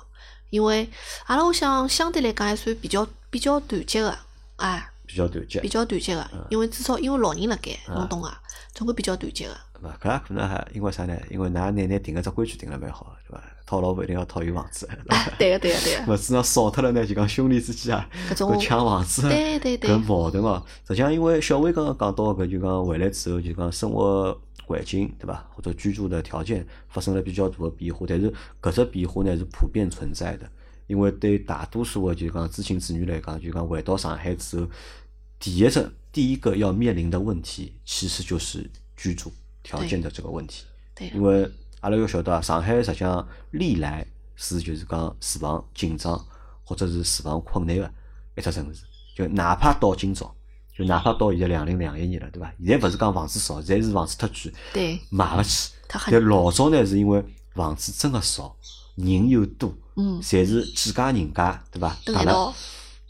S2: 因为阿拉屋里向相对来讲还算比较比较团结个，哎，
S1: 比较团结，
S2: 比较团结个，
S1: 嗯
S2: 因为至少因为老人辣盖，侬懂个，总归比较团结啊个。
S1: 勿搿也可能还因为啥呢？因为㑚奶奶定个只规矩定了蛮好，对伐？讨老婆一定要讨有房子，
S2: 哎， 对个对个对个，
S1: 勿是那少脱了呢，就讲兄弟之间啊，
S2: 搿
S1: 搿
S2: 种
S1: 抢房子，
S2: 对对对
S1: 搿矛盾哦。实际上，因为小薇刚刚讲到搿，就讲回来之后，就讲生活环境对伐，或者居住的条件发生了比较大的变化，但是搿只变化呢是普遍存在的，因为对大多数的就讲知青子女来讲，就讲回到上海之后，第一只第一个要面临的问题，其实就是居住条件的这个问题。
S2: 对
S1: 因
S2: 个，
S1: 为阿拉要晓得啊，上海实际上历来是就是讲住房紧张或者是住房困难个一只城市，就哪怕到今朝，就哪怕到现在两零两一年了，对伐？现在勿是讲房子少，现在是房子忒贵，
S2: 对，
S1: 买勿起。
S2: 太吓人
S1: 但老早呢，是因为房子真个少，人又多，
S2: 嗯，
S1: 侪是几家人家，对伐？
S2: 蹲
S1: 大
S2: 一
S1: 家
S2: 道，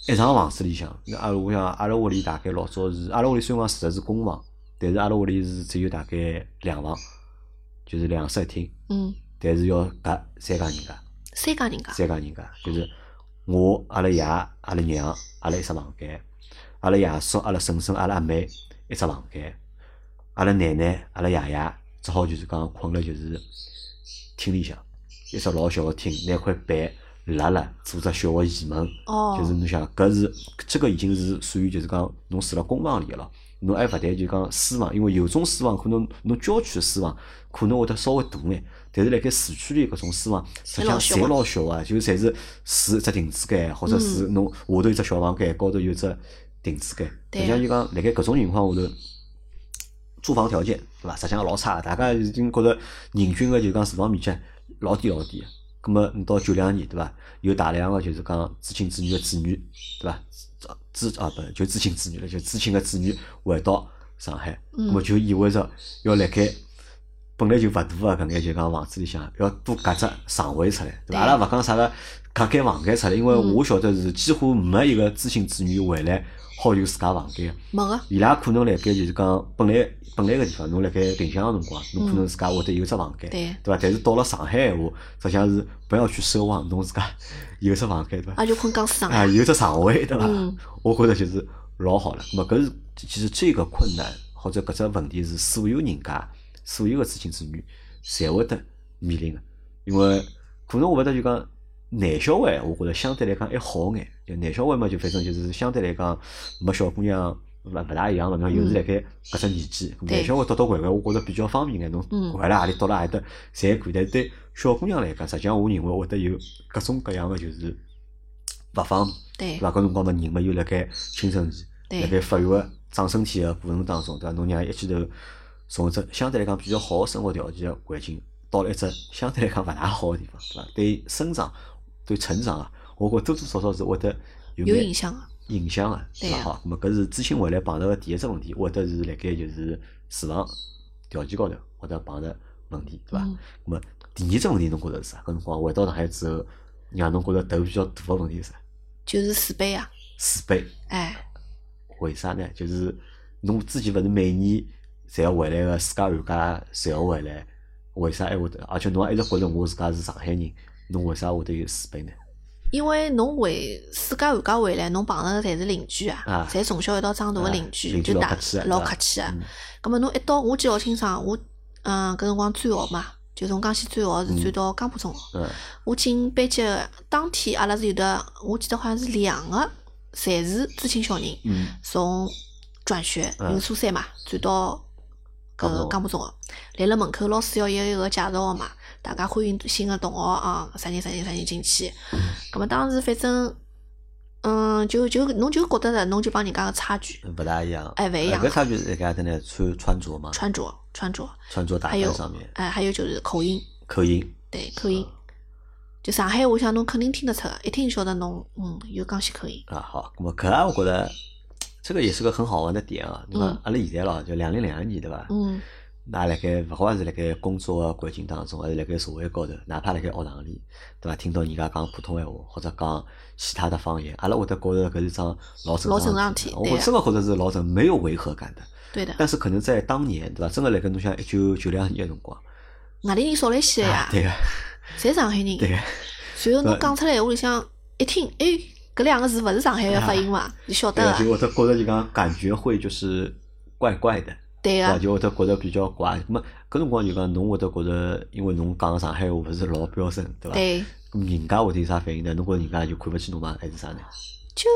S1: 一幢房子里向，那阿拉我想阿拉屋里大概老早是，阿拉屋里虽然讲住的是公房，但是阿拉屋里是只有大概两房，就是两室一厅，
S2: 嗯，
S1: 但是要隔三家人家，
S2: 三家人家，
S1: 三家人家就是我、阿拉爷、阿拉娘、阿拉一只房间，阿拉爷叔、阿拉婶婶、阿拉阿妹一只房间，阿拉奶奶、阿拉爷爷只好就是讲困了就是厅里向，一只老小个厅，拿块板拉拉做只小个移门。
S2: 哦，
S1: 就是侬想，搿是这个已经是属于就是讲侬住辣公房里个了，侬还勿谈就讲私房，因为有种私房可能侬郊区个私房可能会得稍微大眼，但是辣盖市区里搿种私房，实际上
S2: 侪
S1: 侪
S2: 老
S1: 老小啊，嗯就侪是住一只亭子间，或者是侬下头一只小房间，高头有一只亭子间，实
S2: 对
S1: 际上就讲辣盖搿种情况下头。住房条件对伐？实际上老差的，大家已经觉着人均个就讲住房面积老低老低的。葛么，你到九两年对伐？有大量个就是讲知青子女个子女对伐？知啊不就知青子女了，就知青个子女回到上海，
S2: 嗯
S1: 葛么就意味着要辣盖本来就勿大个搿眼就讲房子里向要多隔只床位出来，对伐？
S2: 对嗯
S1: 阿拉勿讲啥个卡间房间出来，因为我晓得是几乎没一个知心子女回来好有自家房间的。
S2: 没啊个，
S1: 伊拉可能辣盖就是讲本来本来个地方，侬辣盖定向个辰光，侬可能自家会得有只房间，
S2: 对
S1: 对伐？但是到了上海闲话，实际上是不要去奢望侬自家有只房间对伐？
S2: 也就困觉上
S1: 啊，
S2: 海。
S1: 有只床位对伐
S2: 嗯？
S1: 我觉着就是老好了。咹搿是其实这个困难或者搿只问题是所有人家所有个知青子女侪会得面临个，因为可能我会得就讲。男小孩，我觉着相对来讲还好眼，就男小孩嘛，就反正就是相对来讲没小姑娘勿勿大一样了。侬又是辣盖搿只年纪，
S2: 对
S1: 男小孩倒倒拐拐，我觉着比较方便眼，侬
S2: 嗯
S1: 掼辣何里倒辣何里搭侪可以。但是对小姑娘来讲，实际上我认为会得有各种各样的就是勿方便。对伐？搿
S2: 对
S1: 辰光嘛，人嘛又辣盖青春期，
S2: 对
S1: 辣盖发育个长身体个过程当中，对伐？侬让伊一记头从一只相对来讲比较好个生活条件个环境，到了一只相对来讲勿大好个地方，对伐？对生长、对成长啊，我觉多多少少是会得有
S2: 有
S1: 眼
S2: 影响啊
S1: 影响个，
S2: 对
S1: 伐？
S2: 啊
S1: 好，咾么搿是知青回来碰到个第一只问题，会得是辣盖就是住房条件高头会得碰着问题，对伐？
S2: 嗯
S1: 咾么第二只问题侬觉着是啥？搿辰光回到上海之后，让侬觉着头比较大个问题是啥？
S2: 就是自卑啊，
S1: 自卑。
S2: 哎，
S1: 为啥呢？就是侬之前勿是每年侪要回来个，自家寒假侪要回来，为啥还会得？而且侬也一直觉着我自家是上海人，侬为啥会得有自卑呢？
S2: 因为侬回自家寒假回来，侬碰着的侪是邻居啊
S1: 啊，
S2: 侪从小一道长大个
S1: 啊
S2: 邻居，
S1: 邻居
S2: 就
S1: 老
S2: 大
S1: 客气啊
S2: 老
S1: 对吧
S2: 客气啊
S1: 嗯。
S2: 咁么侬一到，我记得老清爽，我嗯搿辰光转学嘛，就从江西转学是转到江浦中学。
S1: 嗯，
S2: 我进班级的当天，阿拉是有的，我记得好像是两个，侪是知青小人，
S1: 嗯，
S2: 从转学
S1: 嗯
S2: 云苏三嘛，转到搿
S1: 江浦中
S2: 个江浦中学，立辣门口，老师要一个一个介绍个嘛，大家欢迎新个同学啊，啥人啥人啥人进去。葛么当时反正，嗯，就就侬就觉得了，侬就帮人家个差距，
S1: 勿嗯大一样。呃
S2: 哎勿一样
S1: 搿差距是搿样的呢，穿穿着嘛，
S2: 穿着穿着，
S1: 穿着打
S2: 还有
S1: 扮上面，
S2: 哎，还有就是口音，
S1: 口音，
S2: 对口音。就上海，我想侬肯定听得出个，一听就晓得侬，嗯，有江西口音。
S1: 啊，好，那么搿啊，我觉得这个也是个很好玩的点啊。那么
S2: 嗯
S1: 阿拉现在咯，就两零两二年对伐？
S2: 嗯
S1: 那辣盖勿管是辣盖工作个环境当中，还是辣盖社会高头，哪怕辣盖学堂里，对伐？听到人家讲普通闲话，或者讲其他的方言，阿拉会得觉着搿是桩老正
S2: 老正
S1: 常
S2: 常
S1: 体
S2: 体
S1: 我
S2: 对啊
S1: 真个觉着是老正，没有违和感的。，
S2: 对的，
S1: 但是可能在当年，对伐？真个辣盖侬想一九九两年个辰光，
S2: 外地人少了一些呀，
S1: 啊对个，
S2: 侪上海人。
S1: 对个，啊
S2: 随后
S1: 对
S2: 侬讲出来闲话里向一听，哎，搿两个字勿是上海个发音
S1: 哎
S2: 嘛，你晓
S1: 对
S2: 得
S1: 个，就
S2: 个。
S1: 会得觉着就讲感觉会就是怪怪的。
S2: 对啊
S1: 对伐？
S2: 个，
S1: 就会得觉着比较怪。那么搿辰光就讲，侬会得觉着，因为侬讲上海话勿是老标准，对伐？
S2: 对，
S1: 咁人家会得有啥反应呢？侬觉着人家就看勿起侬吗？还是啥呢？
S2: 就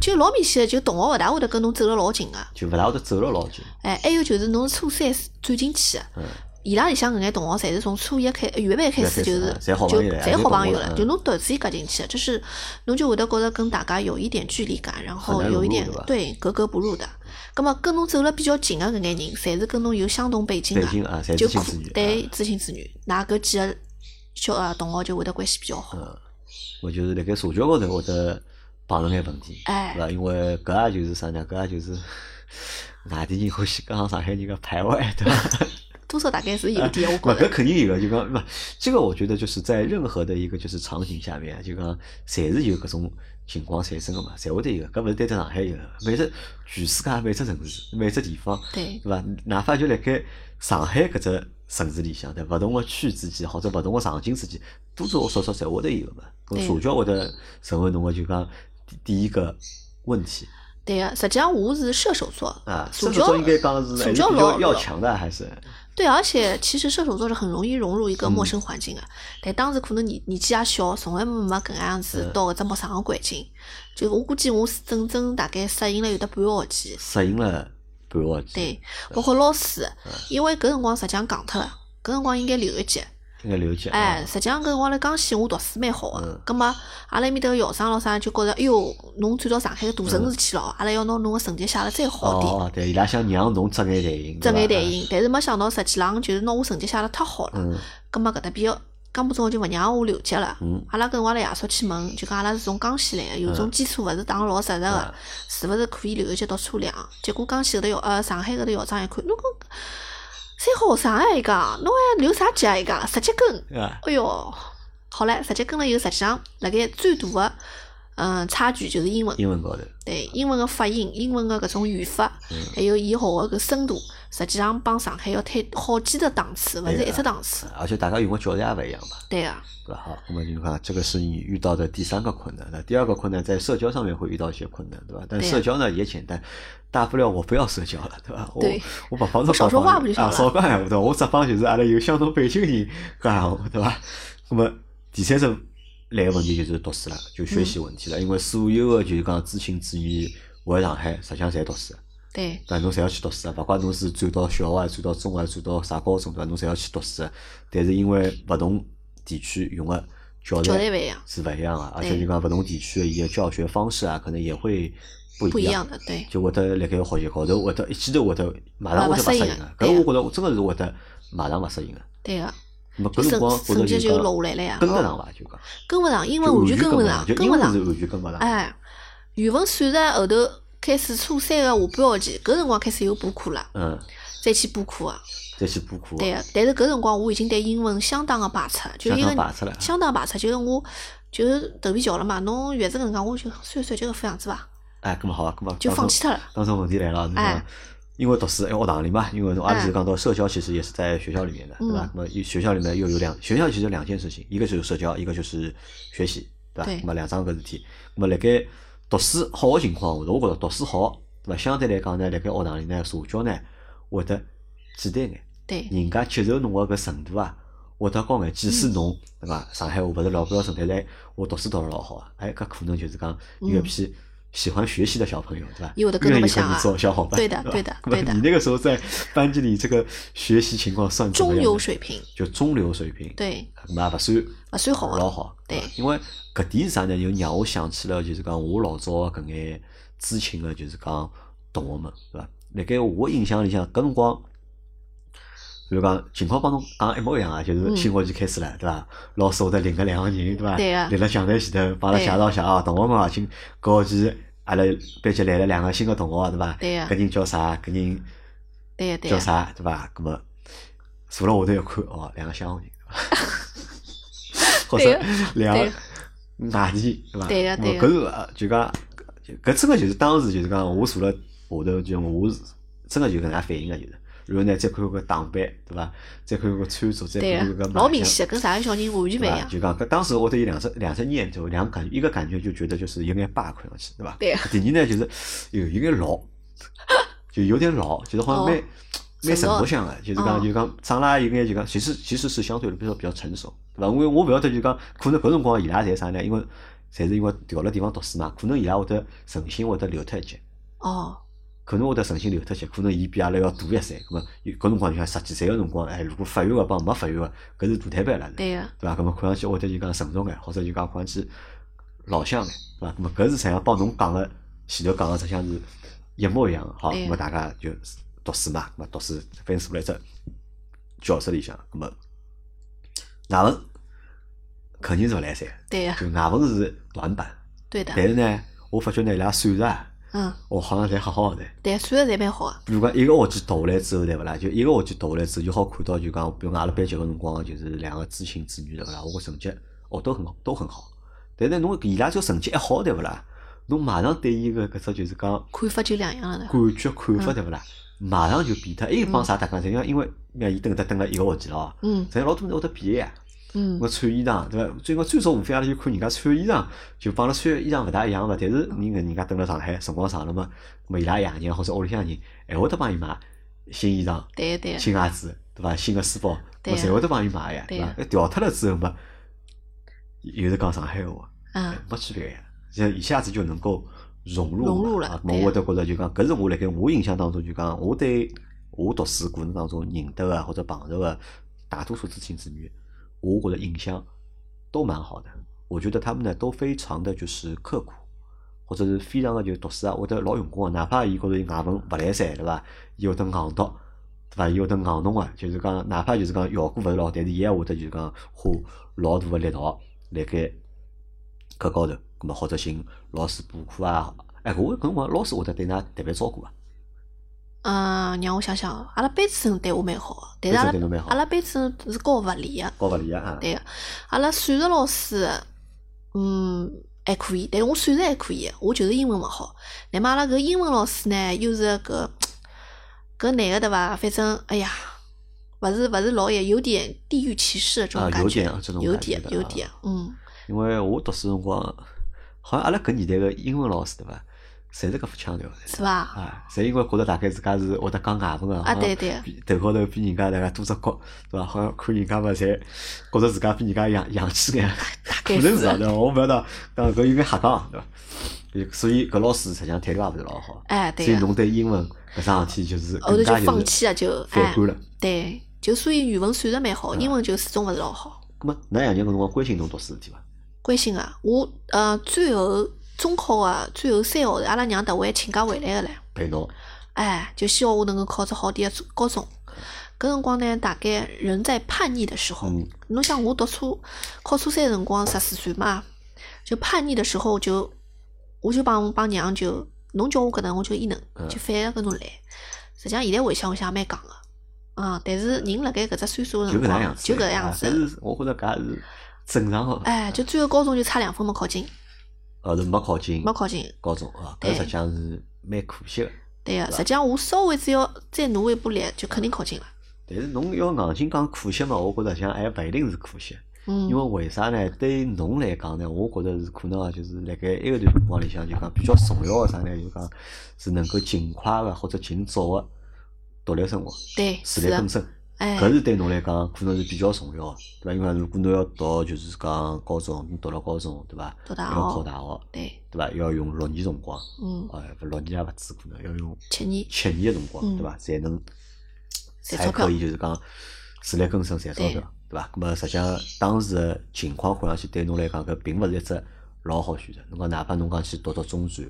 S2: 就老明显个，就同学勿大会得跟侬走了老近个。
S1: 就勿大会得走了老久。
S2: 哎，还有就是侬是初三转进去个
S1: 嗯，
S2: 伊拉里向搿眼同学侪是从初一开呃预备班开始，就
S1: 预备
S2: 是
S1: 班开始
S2: 就
S1: 啊侪好朋友了侪同学
S2: 侪好朋友
S1: 了
S2: 了，
S1: 嗯
S2: 就侬突然间夹进去，就是侬就会得觉着跟大家有一点距离感，然后
S1: 很难融
S2: 有一
S1: 入
S2: 点
S1: 对吧
S2: 对格格不入的。葛么跟侬走了比较近个搿眼人，侪是跟侬有相同背景
S1: 北
S2: 个。
S1: 京啊，侪
S2: 就是
S1: 亲
S2: 可
S1: 子女。
S2: 对
S1: 啊，
S2: 知青子女，那搿几个小啊同学就会得关系比较好。
S1: 嗯，我就是辣盖社交高头会得碰着眼问题，
S2: 哎
S1: 对伐？因为搿也就是啥呢？搿也就是 外地人欢喜讲上海人个排外，对伐？
S2: 多少大概是有一 点，我
S1: 不，
S2: 觉
S1: 搿
S2: 着。
S1: 肯定有个，就讲不，这个我觉得就是在任何的一个就是场景下面，啊就讲侪是有搿种情况产生的嘛，侪会得有的。搿勿是单单上海有的，每只全世界每只城市每只地方，
S2: 对
S1: 对伐？哪怕就辣盖上海搿只城市里向，对勿同个区之间或者勿同个场景之间，多多少少侪会得有的嘛。搿
S2: 对
S1: 社交会得成为侬个就讲第第一个问题
S2: 对个，实际上我是射手座
S1: 啊。，
S2: 社
S1: 社
S2: 交
S1: 交应该讲是还
S2: 社
S1: 是
S2: 交
S1: 比
S2: 老
S1: 较要
S2: 老
S1: 强的，还是
S2: 对，而且其实射手座是很容易融入一个
S1: 嗯
S2: 陌生环境个、但当时可能年年纪也小，从来没搿能样子
S1: 嗯
S2: 到搿只陌生个环境。就我估计我是整整大概适应了有得半个学期，
S1: 适应了半个学期，
S2: 对，包括老师，
S1: 嗯
S2: 因为搿辰光实际上戆脱了，搿辰光应该留一级。
S1: 应该了解。
S2: 哎，
S1: 啊
S2: 实际上搿辰光辣江西，我读书蛮好
S1: 嗯
S2: 个，葛末阿拉埃面搭个校长咾啥就觉着，哎哟，侬转到上海个大城市去咯，阿拉要拿侬个成绩写了再好点，
S1: 哦哦，对，伊拉想让侬遮眼台影，
S2: 遮眼
S1: 对
S2: 待
S1: 吧。
S2: 遇。但是没想到实际浪就是拿我成绩写了太好了，
S1: 嗯
S2: 葛末搿搭边个江浦中学就勿让我留级了
S1: 嗯。
S2: 阿拉搿辰光辣夜宿去问，就讲阿拉是从江西来个，有种基础勿是打老实实
S1: 啊
S2: 个，是勿是可以留一级读初两？结果江西搿搭校呃上海搿搭校长一看，侬搿三好学生啊，伊讲侬还留啥级啊？伊讲十级根。
S1: 啊，
S2: 哎哟，好唻，实际跟了以后，实际上辣盖最大个嗯差距就是英文，
S1: 英文高头，
S2: 对英文个发音、英文个搿种语法，
S1: 嗯
S2: 还有伊学个搿深度，实际上帮上海要推好几个档次，
S1: 啊
S2: 勿是一只档次。
S1: 而且大家用个教材也勿一样嘛，
S2: 对个、啊，
S1: 对吧？好，那么你看，这个是你遇到的第三个困难。那第二个困难在社交上面会遇到一些困难，对吧？但
S2: 对
S1: 社交呢也简单，大不了我不要社交了，对吧？我
S2: 对
S1: 我把房子
S2: 我少说话不就行
S1: 啊，
S2: 了
S1: 少讲闲话的。我只帮就是阿拉有相同背景人讲闲话，对吧？那么第三层来个问题就是读书了，就学习问题了，因为所有的就是讲知青子女回上海，实际上侪读书。
S2: 对
S1: 对伐，侬侪要去读书啊，勿怪侬是转到小学啊，转到中学啊，转到啥高中对伐，侬侪要去读书啊。但是因为勿同地区用个教
S2: 教材
S1: 材
S2: 勿一样，
S1: 是勿一样啊，而且
S2: 对
S1: 就讲勿同地区的伊个教学方式啊，可能也会
S2: 不
S1: 不
S2: 一
S1: 一
S2: 样
S1: 样。
S2: 的，对
S1: 就会得辣盖学习高头，会得一记头会得马上
S2: 勿
S1: 会
S2: 勿
S1: 得勿
S2: 适
S1: 适
S2: 应
S1: 应
S2: 啊
S1: 个，
S2: 对
S1: 搿
S2: 啊
S1: 我觉着我真个是会得马上勿适应个。
S2: 对个、
S1: 那么
S2: 就
S1: 搿辰光
S2: 成
S1: 觉着
S2: 成绩
S1: 就
S2: 就
S1: 讲
S2: 落下来了呀，
S1: 跟得上伐？就讲
S2: 跟勿上，英文
S1: 就
S2: 完
S1: 完
S2: 全
S1: 全
S2: 跟
S1: 不
S2: 勿
S1: 上
S2: 上，，
S1: 就
S2: 跟
S1: 英
S2: 勿
S1: 文
S2: 上
S1: 是。完全跟勿上。
S2: 哎，语文算术后头开始初三个下半学期，搿辰光开始有补课了，
S1: 嗯，
S2: 再去补课啊
S1: 再
S2: 个。
S1: 去补课，
S2: 对个，啊但是搿辰光我已经对英文相当个排斥，就是一
S1: 相
S2: 个
S1: 当排斥了啊
S2: 相当排斥，就是我就是头皮翘了嘛。侬越是搿能介，我就算算就搿副样子伐，
S1: 哎，搿么好啊，搿么
S2: 就
S1: 当
S2: 放
S1: 中
S2: 弃脱了。
S1: 当中问题来了，那
S2: 哎
S1: 么因为读书要学堂里嘛，因为侬阿拉
S2: 哎
S1: 是讲到社交，其实也是在学校里面的，对吧
S2: 嗯？
S1: 那么学校里面又有两，学校其实两件事情，一个就是社交，一个就是学习，对吧
S2: 对？
S1: 那么两桩搿事体，那么辣盖读书好个情况下头，我觉着读书好，对吧？相对来讲呢，辣盖学堂里呢，社交呢会得简单眼，
S2: 对
S1: 人家接受侬个搿程度啊。会得高眼，即
S2: 嗯
S1: 使侬对伐？上海话勿是老标准，但是哎我读书读得老好啊，哎，搿可能就是讲有一
S2: 嗯
S1: 批喜欢学习的小朋友，对伐？
S2: 有的跟
S1: 愿
S2: 侬
S1: 意和
S2: 白相
S1: 你
S2: 啊
S1: 做小伙伴，
S2: 对的
S1: 吧
S2: 对的
S1: 那么
S2: 对的
S1: 你那个时候在班级里，这个学习情况算怎么
S2: 中
S1: 样呢
S2: 游，水平，
S1: 就中流水平，，
S2: 对，
S1: 那勿算
S2: 勿算好啊
S1: 老
S2: 个。
S1: 好，
S2: 对
S1: 吧因为搿点是啥呢？就让我想起了，就是讲我老早的搿眼知青的，就是讲同学们，对伐？辣盖我印象里向，搿辰光。比如讲，情况帮侬讲一模一样啊，就是
S2: 嗯
S1: 新学期开始了，对伐？老师会得领个两个人，对伐？
S2: 对啊
S1: 立辣讲台前头，帮阿拉
S2: 对
S1: 介绍一下啊，同学们啊，今搿学期阿拉班级来了两个新的同学，对伐？
S2: 对啊
S1: 搿人叫啥？搿人
S2: 对
S1: 哎
S2: 个对
S1: 叫
S2: 个，
S1: 啥，对伐？葛么坐了下头一看，哦，两个乡下人，或
S2: 对
S1: 者
S2: 个
S1: 两
S2: 对
S1: 个
S2: 个
S1: 外地，对伐？葛
S2: 对个对
S1: 么搿是
S2: 个
S1: 呃就讲，搿真个就是当时就是讲，我坐了下头，就我是真个就搿能介反应个，就是。然后呢，再看看搿打扮，对伐？再看看搿穿着，再
S2: 对
S1: 看看
S2: 个
S1: 搿，
S2: 老
S1: 卖
S2: 明
S1: 相
S2: 显，跟上海小人完全勿一
S1: 对吧？
S2: 样。
S1: 啊就讲，搿当时我对有两只两只念头，两个感觉，一个感觉就觉得就是有眼爸看上去，对吧？
S2: 对啊
S1: 第二呢，就是有有眼老， 就有点老，就是好像蛮
S2: 哦
S1: 蛮成
S2: 成熟
S1: 熟相的，就是讲
S2: 嗯
S1: 就是讲长啦有眼就讲，其实其实是相对比较比较成熟，对吧？因为我勿晓得就讲，可能搿辰光伊拉侪啥啊呢？因为侪是因为调了地方读书嘛，可能伊拉会得存心会得留脱一截。
S2: 哦，
S1: 可能会得存心留脱些，可能伊比阿拉要大一岁，咁么啊有搿辰光就像十几岁个辰光，哎，如果发育个帮没发育个，搿是大摊板了。
S2: 对个，
S1: 对伐？咁么看上去会得就讲成熟眼，或者就讲看上去老相眼，对伐？咁么搿是实际上帮侬讲个前头讲个实际上是一模一样个，好，
S2: 对
S1: 咁么大家就读书嘛，咁么读书分数来只教室里向，咁么外文肯定是勿来三，
S2: 对个，
S1: 就外文是短板，
S2: 对的，
S1: 但是呢，我发觉呢伊拉算术啊，
S2: 嗯，
S1: 哦，好像侪好好的。
S2: 对，算的侪蛮好啊个。
S1: 比如讲一个学期读下来之后，对勿啦？就一个学期读下来之后，就好看到就讲，比如讲阿拉班级个辰光，就是两个知青子女，对勿啦？我个成绩哦都很好，都很好。但是侬伊拉这个成绩一好，对勿啦？侬马上对伊个搿只就是讲
S2: 看法就两样了的。
S1: 感觉看法，对勿啦？马上就变脱。还有帮啥大家？实际上因为让伊等得等了一个学期了哦，
S2: 嗯
S1: 实际上老多人会得毕业呀。
S2: 嗯
S1: 我，穿衣裳，对伐？最我最少无非阿拉就看人家穿衣裳，就帮阿拉穿衣裳勿大一样嘛。但是人人家蹲辣上海辰光长了嘛，么伊拉爷娘或者屋里向人还会得帮伊买新衣裳、
S2: 对个对个，
S1: 新鞋子，对伐？新个书包，
S2: 对
S1: 么
S2: 啊
S1: 侪会得帮伊买呀，
S2: 对
S1: 对
S2: 啊
S1: 伐？那调脱了之后嘛，又是讲上海话，
S2: 嗯，
S1: 没区别呀，就一下子就能够融入
S2: 融
S1: 嘛
S2: 入了
S1: 啊
S2: 对
S1: 咾
S2: 啊
S1: 我会得觉着就讲，搿是我辣盖我印象当中就讲，我对我读书过程当中认得个或者碰着个大多数知青子女，我觉着印象都蛮好的。我觉得他们呢都非常的就是刻苦，或者是非常的就读书啊，会得老用功啊。哪怕伊觉着伊外文勿来三，对伐？伊会得硬读，对伐？伊会得硬弄啊，就是讲哪怕就是讲效果勿是老好，但是伊也会得就是讲花老大个力道辣盖搿高头。葛末或者寻老师补课啊，哎，我搿辰光老师会得对㑚特别照顾啊，
S2: 嗯讲，让我想想，阿拉班主任对我蛮好的，但是
S1: 班
S2: 阿
S1: 主任对侬蛮
S2: 拉
S1: 好啊
S2: 阿拉班主任是教物理的，
S1: 搞勿理啊，
S2: 对个。阿拉数学老师，嗯，还可以，但是我数学还可以，我就是英文勿好。乃末阿拉搿英文老师呢，又是搿搿男个对伐？反正哎呀，勿是勿是老也有点地域歧视的这种
S1: 啊
S2: 感
S1: 有
S2: 觉，
S1: 点啊这种
S2: 有
S1: 感觉
S2: 点
S1: 的
S2: 有
S1: 啊
S2: 点，嗯，
S1: 因为我读书辰光，好像阿拉搿年代个英文老师对伐，侪是搿副腔调的。
S2: 是伐？
S1: 啊，侪因为觉得大概自家是会得讲外文啊，
S2: 啊对对
S1: 比头高头比人家大概多只角，对伐？好像看人家嘛，侪觉得自家比人家洋洋气眼，可
S2: 概
S1: 能
S2: 是
S1: 是啊，对伐？我勿晓得，当然搿应该瞎讲啊，对伐？就所以搿老师实际上态度也勿是老好，
S2: 哎，
S1: 所
S2: 对
S1: 以
S2: 个，
S1: 侬对英文搿桩事体就是
S2: 后头
S1: 更
S2: 就
S1: 加
S2: 放
S1: 是
S2: 弃了，就
S1: 反
S2: 哎，
S1: 感了。啊
S2: 对，就所以语文算得蛮好，英文就始终勿是老好。
S1: 葛末㑚爷娘搿辰光关心侬读书事体伐？
S2: 关心个，我呃最后中考个最后三个号头，阿拉娘特为请假回来个唻。
S1: 陪侬
S2: 哎，就希望我能够考只好点个高中。搿辰光呢，大概人在叛逆的时候
S1: 嗯，
S2: 侬想我读初考初三的辰光，十四岁嘛，就叛逆的时候就，我就帮帮娘就，侬叫我搿能，我就伊能，
S1: 嗯
S2: 就反了搿种来。实际上现在回想，我想也蛮戆个，啊，但是人辣盖搿只岁数的
S1: 就搿
S2: 辰
S1: 能
S2: 光
S1: 样，子，
S2: 嗯就搿个
S1: 啊
S2: 样子
S1: 但。是我觉着搿也是正常个，
S2: 哎，就最后高中就差两分没考进，
S1: 后头没考进
S2: 没考哎进。
S1: 高中啊，
S2: 对
S1: 搿实际上是蛮可惜个。
S2: 对个、实际上我稍微只要再努一步力，就肯定考进了。
S1: 但是侬要硬劲讲可惜嘛，我觉着像还勿一定是可惜，
S2: 嗯
S1: 因为，为啥呢？对侬来讲呢，我觉着是可能啊，就是辣盖埃个段辰光里向就讲比较重要个啥呢？就讲是能够尽快个或者尽早个独立生活、
S2: 对，
S1: 自
S2: 是
S1: 力
S2: 的
S1: 更，生，
S2: 哎，
S1: 搿是对侬来讲可能是比较重要个，对伐？因为如果侬要读就是讲高中，侬读了高中对伐？
S2: 读大
S1: 要考
S2: 学，
S1: 大学
S2: 对，
S1: 对伐？要用六年辰光，
S2: 嗯，
S1: 哎，勿六年也勿止，可能要用
S2: 七年
S1: 七年个辰光，对伐？才能才
S2: 赚嗯钞票
S1: 可，以就是讲自力更生赚钞
S2: 对
S1: 票，对伐？那么实际上当时个情况看上去对侬来讲，搿并勿是一只老好选择。侬讲哪怕侬讲去读读中专，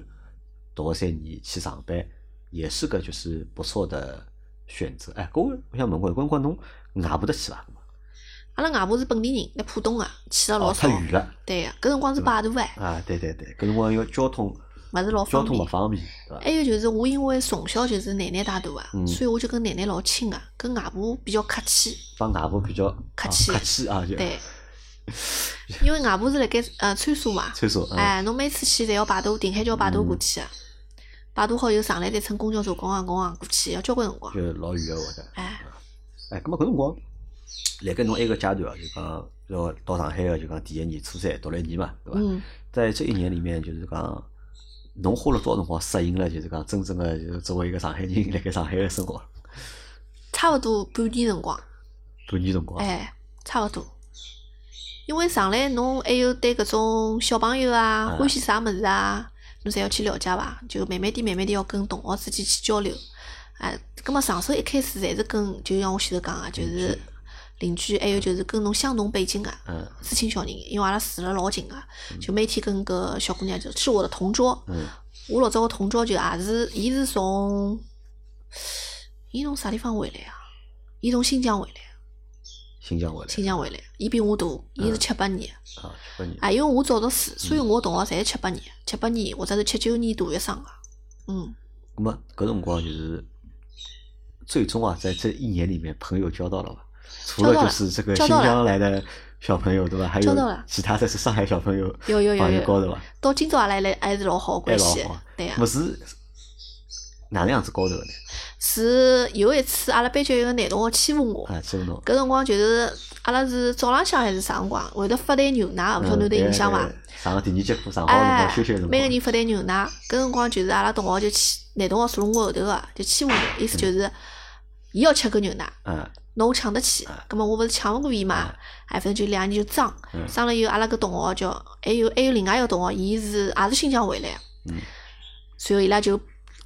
S1: 读个三年去上班，也是个就是不错的选择。哎，搿我我想问问，搿辰光侬外婆得去伐？
S2: 阿拉外婆是本地人，辣浦东个，去了
S1: 哦
S2: 啊老，
S1: 太
S2: 少。
S1: 远了
S2: 对个，搿辰光是摆渡哎，
S1: 啊！对对对，搿辰光因为交通
S2: 勿是老
S1: 交
S2: 方
S1: 通勿
S2: 便。哎
S1: 方便，对伐？
S2: 还有就是我因为从小就是奶奶带大个，啊
S1: 嗯
S2: 所以我就跟奶奶老亲个，跟外婆比较客气。
S1: 帮外婆比较
S2: 客
S1: 啊
S2: 气
S1: 客气啊，就
S2: 对，因为外婆是辣盖呃川沙嘛，
S1: 厕所啊，
S2: 哎，侬每次去侪要排队，定海桥排队过去个，
S1: 嗯
S2: 排队好以后上来再乘公交车咣咣咣过去，要交关辰光。
S1: 就老远个会得。
S2: 哎，
S1: 哎，咁么搿辰光，辣盖侬埃个阶段啊，就讲要到上海个，就讲第一年初三读了一年嘛，对伐？
S2: 嗯，
S1: 在这一年里面，就是讲，侬花了多少辰光适应了，就是讲真正个就是作为一个上海人辣盖上海个生活，
S2: 差勿多半年辰光，
S1: 半年辰光，
S2: 哎，差勿多。因为上来侬还有对搿种小朋友啊，欢喜啥物事啊，侬侪要去了解伐？就慢慢点、慢慢点要跟同学之间去交流。哎，葛末上手一开始侪是跟，就像我前头讲个，就是邻居，还有就是跟侬相同背景个、
S1: 嗯
S2: 知青小人，因为阿拉住了老近个、就每天跟搿小姑娘就，是我的同桌，
S1: 嗯，
S2: 我老早个同桌就也是，伊是从，伊从啥地方回来啊？伊从新疆回来，
S1: 新疆回来
S2: 新疆回来，伊比我大，伊是
S1: 嗯
S2: 七八年，
S1: 啊，七八年，
S2: 啊，因为我早读
S1: 嗯
S2: 书，所以我同学侪是七八年、七八年或者是七九年大学生个，嗯，
S1: 咁么搿辰光就是最终啊，在这一年里面，朋友交到了伐？除
S2: 交到
S1: 就
S2: 了
S1: 是这个
S2: 交
S1: 新
S2: 到了
S1: 疆来的小朋友对伐？还
S2: 交
S1: 有
S2: 到了
S1: 其他的是上海小朋友
S2: 有有有
S1: 朋友高
S2: 有，
S1: 头伐？
S2: 到今朝阿拉还来还是老好的关
S1: 还
S2: 系
S1: 老好，
S2: 对啊
S1: 么
S2: 个、
S1: 是哪能样子高头的呢？
S2: 是有一次阿拉班级有个男同学欺负我，
S1: 啊，这个侬
S2: 搿辰光就是阿拉是早浪向还是啥辰光，会得发袋牛奶，勿晓得侬
S1: 嗯
S2: 有得印象伐？？
S1: 哎上个第二节课，上好辰
S2: 哎
S1: 光休息的辰，
S2: 每个
S1: 光，
S2: 人发袋牛奶，搿辰光就是阿拉同学就欺，男同学坐辣我后头个，就欺负我，意思就是，伊要吃搿牛奶，
S1: 嗯
S2: 侬抢得起，葛末我勿是抢勿过伊嘛，哎，反正就两个人就争
S1: 哎嗯，
S2: 争了以后，阿拉搿同学叫，还有还有另外一个同学，伊是也是新疆回来的，
S1: 嗯
S2: 随后伊拉就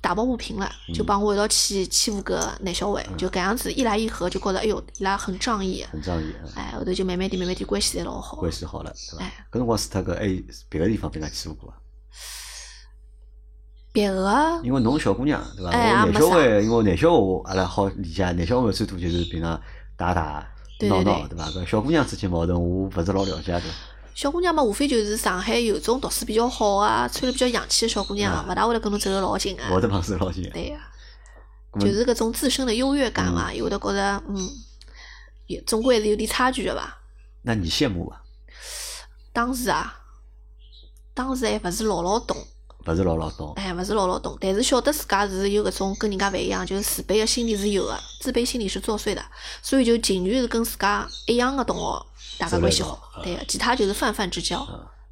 S2: 打抱不平了，就
S1: 嗯
S2: 帮我一道去欺负搿男小孩，就搿样子一来一合，就觉着哎哟，伊拉很仗义，
S1: 很仗义，嗯
S2: 哎，后头就慢慢点慢慢点关系侪老好
S1: 关，系好了，对伐
S2: 哎？
S1: 搿辰光是他个还有别个地方被人家欺负过伐？
S2: 别个啊
S1: 因为侬小姑娘对伐？
S2: 哎
S1: 我
S2: 也
S1: 男
S2: 没
S1: 小
S2: 啥
S1: 孩，因为我男小孩阿拉好理解，男小孩最多就是平常打打
S2: 对
S1: 闹
S2: 对哎
S1: 闹，对伐？搿小姑娘之间矛盾我勿是老了解的，
S2: 小姑娘嘛，无非就是上海有种读书比较好啊，穿了比较洋气的小姑娘
S1: 啊，
S2: 勿大会得跟侬走得老近啊
S1: 我。的帮手老近。
S2: 对呀、
S1: 咾么
S2: 就是搿种自身的优越感伐，有的觉着嗯，也总归还是有点差距的伐。
S1: 那你羡慕啊伐？
S2: 当时啊，当时还勿是老老懂，
S1: 勿是老老懂，
S2: 哎，勿是老老懂，但是晓得自家是有搿种跟人家勿一样，就是自卑的心理是有的，自卑心理是作祟的，所以就尽量是跟自家一样的同学，大家关系好，对个，其他就是泛泛之交。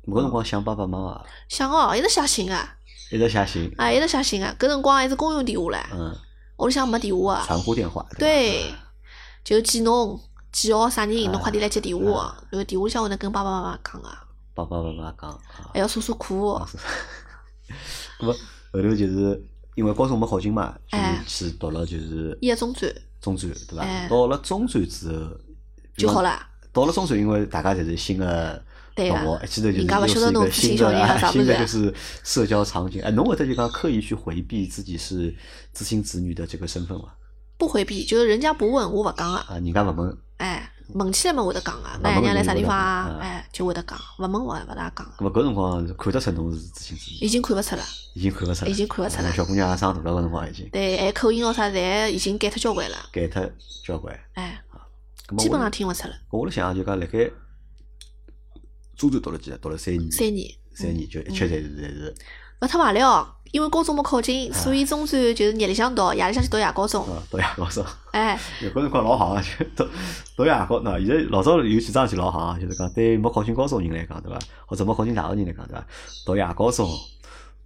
S1: 搿辰光想爸爸妈妈伐，
S2: 想哦，一直写信啊，
S1: 一直写信，
S2: 啊，一直写信啊，搿辰光还是公用电话唻，
S1: 嗯，
S2: 屋里向没电话啊。
S1: 传呼电话，对嗯
S2: 对
S1: 伐，
S2: 就记侬几号啥人，侬快点来接电话
S1: 啊。
S2: 然后电话里向会得跟爸爸妈妈讲啊，
S1: 嗯帮爸爸妈妈讲啊。
S2: 还要诉诉苦。
S1: 是咾么后头就是因为高中没考进嘛，
S2: 哎
S1: 就是去读了就是
S2: 一中专
S1: 中专，对伐？
S2: 哎
S1: 到了中专之后
S2: 就好。了，
S1: 到了中专，因为大家侪是新的同
S2: 对啊
S1: 学，一记头就是
S2: 人家
S1: 又
S2: 勿
S1: 是
S2: 晓得
S1: 一
S2: 侬
S1: 个
S2: 自己
S1: 新
S2: 小
S1: 的
S2: 人啊
S1: 啊
S2: 啥
S1: 新
S2: 物
S1: 的
S2: 事
S1: 就是
S2: 啊
S1: 社交场景。哎，侬会得就讲刻意去回避自己是知青子女的这个身份伐？
S2: 不回避，就是人家不问我勿讲啊。
S1: 啊，人家勿问，
S2: 哎，问起来嘛会得讲啊，
S1: 勿
S2: 㑚爷
S1: 嗯问
S2: 娘来
S1: 就
S2: 啥
S1: 会
S2: 地
S1: 得
S2: 方
S1: 讲
S2: 啊？
S1: 啊
S2: 哎，就会得讲，勿问我也勿大讲啊。
S1: 那么搿辰光是看得出侬是知青子女，
S2: 已经看勿出了，
S1: 已经看勿出来，啊
S2: 已经看勿出来
S1: 小姑娘长大了，搿辰光已经
S2: 对，还口音咯啥，侪已经改脱交关了。
S1: 改脱交关。
S2: 哎，
S1: 那么
S2: 基本
S1: 我
S2: 上听勿出了。
S1: 我辣想就讲，辣盖中专读了几年？啊读了三年，
S2: 三年，嗯
S1: 三年就一切侪是侪是
S2: 勿太坏了哦。因为高中没考
S1: 哎
S2: 进，所以中专就是夜里向读，夜里向去读夜高中。
S1: 啊，读夜高中。
S2: 哎，
S1: 有搿辰光老行啊，就读读夜高喏，现在老早有几桩事体老行啊，就是讲对没考进高中人来讲，对伐？或者没考进大学人来讲，对伐？读夜高中，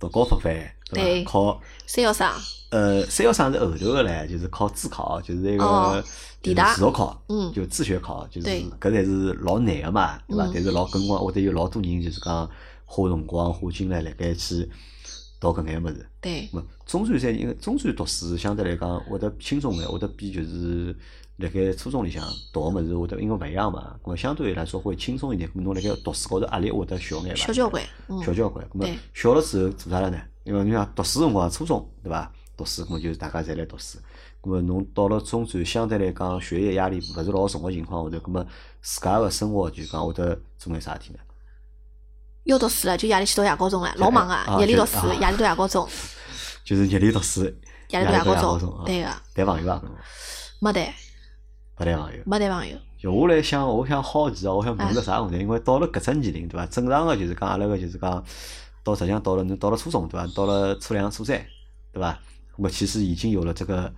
S1: 读高复班，
S2: 对
S1: 伐？考
S2: 三幺三啊，
S1: 呃三幺三是后头个唻，就是考自考，就是那个
S2: 哦
S1: 就是
S2: 地大
S1: 自学考，
S2: 嗯
S1: 就自学考，就是
S2: 对
S1: 搿才是老难个嘛，对伐
S2: 嗯？
S1: 但是老搿辰光会得有老多人就是讲花辰光花精力辣盖去读搿眼物事。
S2: 对。
S1: 咁中专三年，中专读书相对来讲会得轻松眼，会得比就是辣盖初中里向读个物事会得因为勿一样嘛，咁相对来说会轻松一点。咁侬辣盖读书高头压力会得小眼伐？
S2: 小交关，嗯，
S1: 小交关。咁么
S2: 对
S1: 小了之后做啥了呢？因为侬想读书辰光，啊初中对伐？读书，咁么就是大家侪来读书。咁么侬到了中专，相对来讲学业压力勿是老重个情况下头，咁么自家个生活就讲会得做眼啥事体呢？
S2: 要读书了，就夜里去读夜高中了，老忙啊
S1: 啊，
S2: 夜里读
S1: 就
S2: 书
S1: 啊，
S2: 夜里读夜高中，
S1: 就是夜里读书，
S2: 夜里读
S1: 夜
S2: 夜高
S1: 中啊
S2: 中，对个，
S1: 谈朋友啊，搿
S2: 嗯
S1: 种
S2: 没得
S1: 勿谈朋友。
S2: 没得朋友，
S1: 就我来想，我想好奇哦，我想问个啥问
S2: 嗯
S1: 题？因为到了搿只年龄，对伐？正常个就是讲阿拉个就是讲，到实际上到了侬到了初中，对伐？到了初两、初三，对伐？我其实已经有了这个，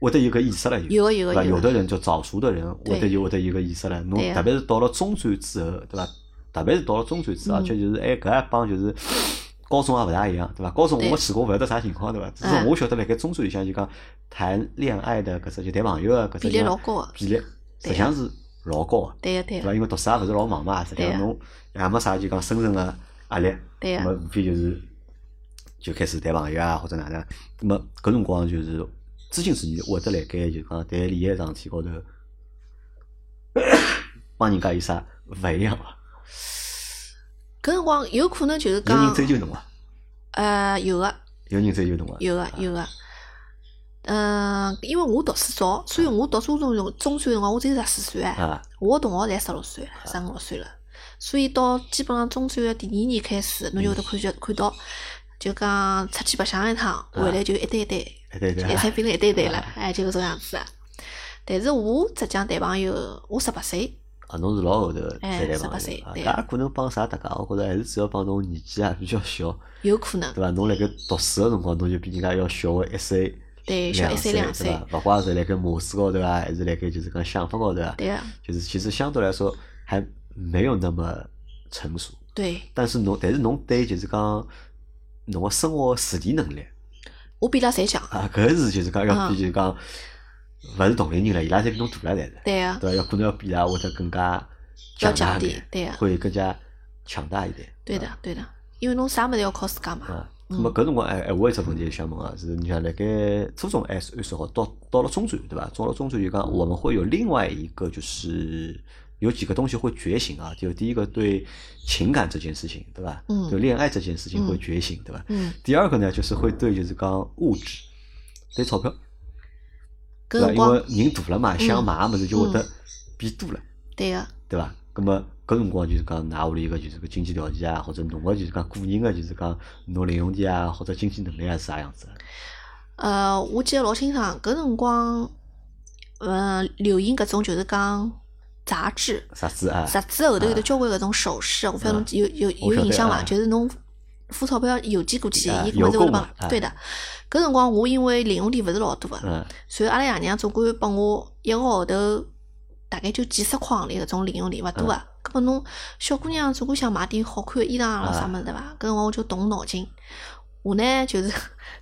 S1: 会得有个意识了，
S2: 有个有
S1: 对
S2: 个
S1: 伐？有
S2: 个
S1: 的，人就早熟的人，
S2: 对
S1: 会得有会得有个意识了。侬
S2: 对呀
S1: 特别是到了中专之后，对伐？特别是到了中专之后，
S2: 嗯
S1: 而且就是哎搿一帮就是。高中也勿大一样，对伐？高中我
S2: 对
S1: 没去过，勿晓得啥情况，对伐？只是
S2: 嗯
S1: 我晓得辣盖中专里向就讲谈恋爱的搿只就谈朋友啊的搿只
S2: 比例
S1: 就
S2: 老高个，
S1: 比例实际上是老高个，
S2: 对个对
S1: 对
S2: 个
S1: 伐？因为读书也勿是老忙嘛，实际
S2: 对
S1: 上
S2: 啊
S1: 侬也没啥就讲深层个压力，
S2: 对
S1: 那么
S2: 个，
S1: 无非就是就开始谈朋友啊或者哪能，那么搿辰光就是知青子女会得辣盖就讲谈恋爱桩事体高头，帮人家有啥勿一样伐？
S2: 搿辰光有可能就是
S1: 有人
S2: 讲，
S1: 追求侬伐？
S2: 呃，有个
S1: 有人追求侬啊伐？
S2: 有个有个，嗯，因为我读书早，所以我读初中中中专辰光我只有十四岁哎，
S1: 啊，
S2: 我同学侪十六岁了，十五六岁了，所以到基本上中专个第二年开始，侬就会得看就看到，就讲出去白相一趟，回来就一对一对。
S1: 哎对对
S2: 也
S1: 啊，
S2: 才变成一对一对了
S1: 啊，
S2: 哎，就搿种样子啊。但是我浙江谈朋友，我十八岁，
S1: 啊侬是老后头才
S2: 哎
S1: 谈
S2: 十八
S1: 朋
S2: 岁
S1: 友啊，
S2: 对
S1: 搿也可能帮啥大家？我觉着还是主要帮侬年纪啊比较小。
S2: 有可能
S1: 对伐？侬辣盖读书个辰光，侬就比人家要小个一岁、
S2: 对小
S1: 两
S2: 一岁两
S1: 对
S2: 岁，
S1: 伐？勿管是辣盖模式高头啊，还是辣盖就是讲想法高头啊，
S2: 对啊，
S1: 就是其实相对来说还没有那么成熟。
S2: 对
S1: 但是侬，但是侬对就是讲侬个生活自理能力
S2: 我比伊拉侪强，
S1: 啊，搿是就是讲要比
S2: 嗯
S1: 就是讲勿是同龄人了，伊拉侪比侬大了，侪是
S2: 对啊，
S1: 对伐？要可能要比伊拉会得更加强
S2: 要
S1: 大
S2: 强
S1: 一
S2: 点
S1: 点，，
S2: 对啊，
S1: 会更加强大一点。
S2: 对的对的，因为侬啥物事要靠自家嘛，
S1: 啊，那么搿辰光哎哎，我有只问题想问啊，是你像辣盖初中还是还算好，到到了中专对伐？到了中专就讲我们会有另外一个就是有几个东西会觉醒啊，就第一个对情感这件事情对伐？
S2: 嗯
S1: 对恋爱这件事情会
S2: 嗯
S1: 觉醒对伐？
S2: 嗯，
S1: 第二个呢，就是会对就是讲物质，对钞票对
S2: 搿
S1: 伐？因
S2: 辰
S1: 为
S2: 光嗯
S1: 人大了嘛，想买个物事就会得变多了。
S2: 对啊个，
S1: 对伐？咁么搿辰光就是讲，㑚屋里个就是个经济条件啊，或者侬个就是讲个人个就是讲侬零用钿啊，或者经济能力啊是啥样子啊？
S2: 呃，我记得老清爽，搿辰光，嗯，流行搿种就是讲杂志，
S1: 啥子啊？
S2: 杂志后头有得交关搿种首饰，我勿晓得侬有有
S1: 我
S2: 有
S1: 晓得
S2: 印象伐？
S1: 啊
S2: 就是侬付钞票邮寄过去，
S1: 啊
S2: 伊搿
S1: 邮
S2: 么就会
S1: 购
S2: 帮
S1: 嘛啊
S2: 对的。搿辰光我因为零用钿勿是老多个，
S1: 嗯
S2: 所以阿拉爷娘总归拨我一个号头大概就几十块行钿搿种零用钿，勿多啊。
S1: 嗯
S2: 搿么侬小姑娘总归想买点好看的衣裳
S1: 嗯
S2: 啊，啥物事对伐？搿辰光我就动脑筋，我呢就是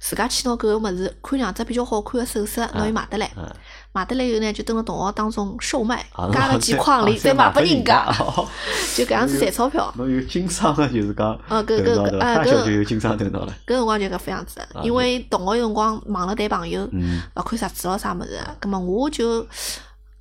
S2: 自家去拿搿个物事，看两只比较好看的首饰，拿伊买得来，
S1: 嗯，
S2: 买得来以后呢，就蹲辣同学当中 售卖
S1: 啊，
S2: 加了几块钿再卖拨人家， 就搿样子赚钞 票。
S1: 侬有经商啊，就是讲，
S2: 哦搿搿
S1: 头脑
S2: 搿
S1: 的
S2: 啊
S1: 大
S2: 搿
S1: 小就有经商头脑了。
S2: 搿辰光就搿副样子，因为同学有辰光忙了谈朋友，
S1: 嗯
S2: 勿看杂志咯啥物事，葛么我就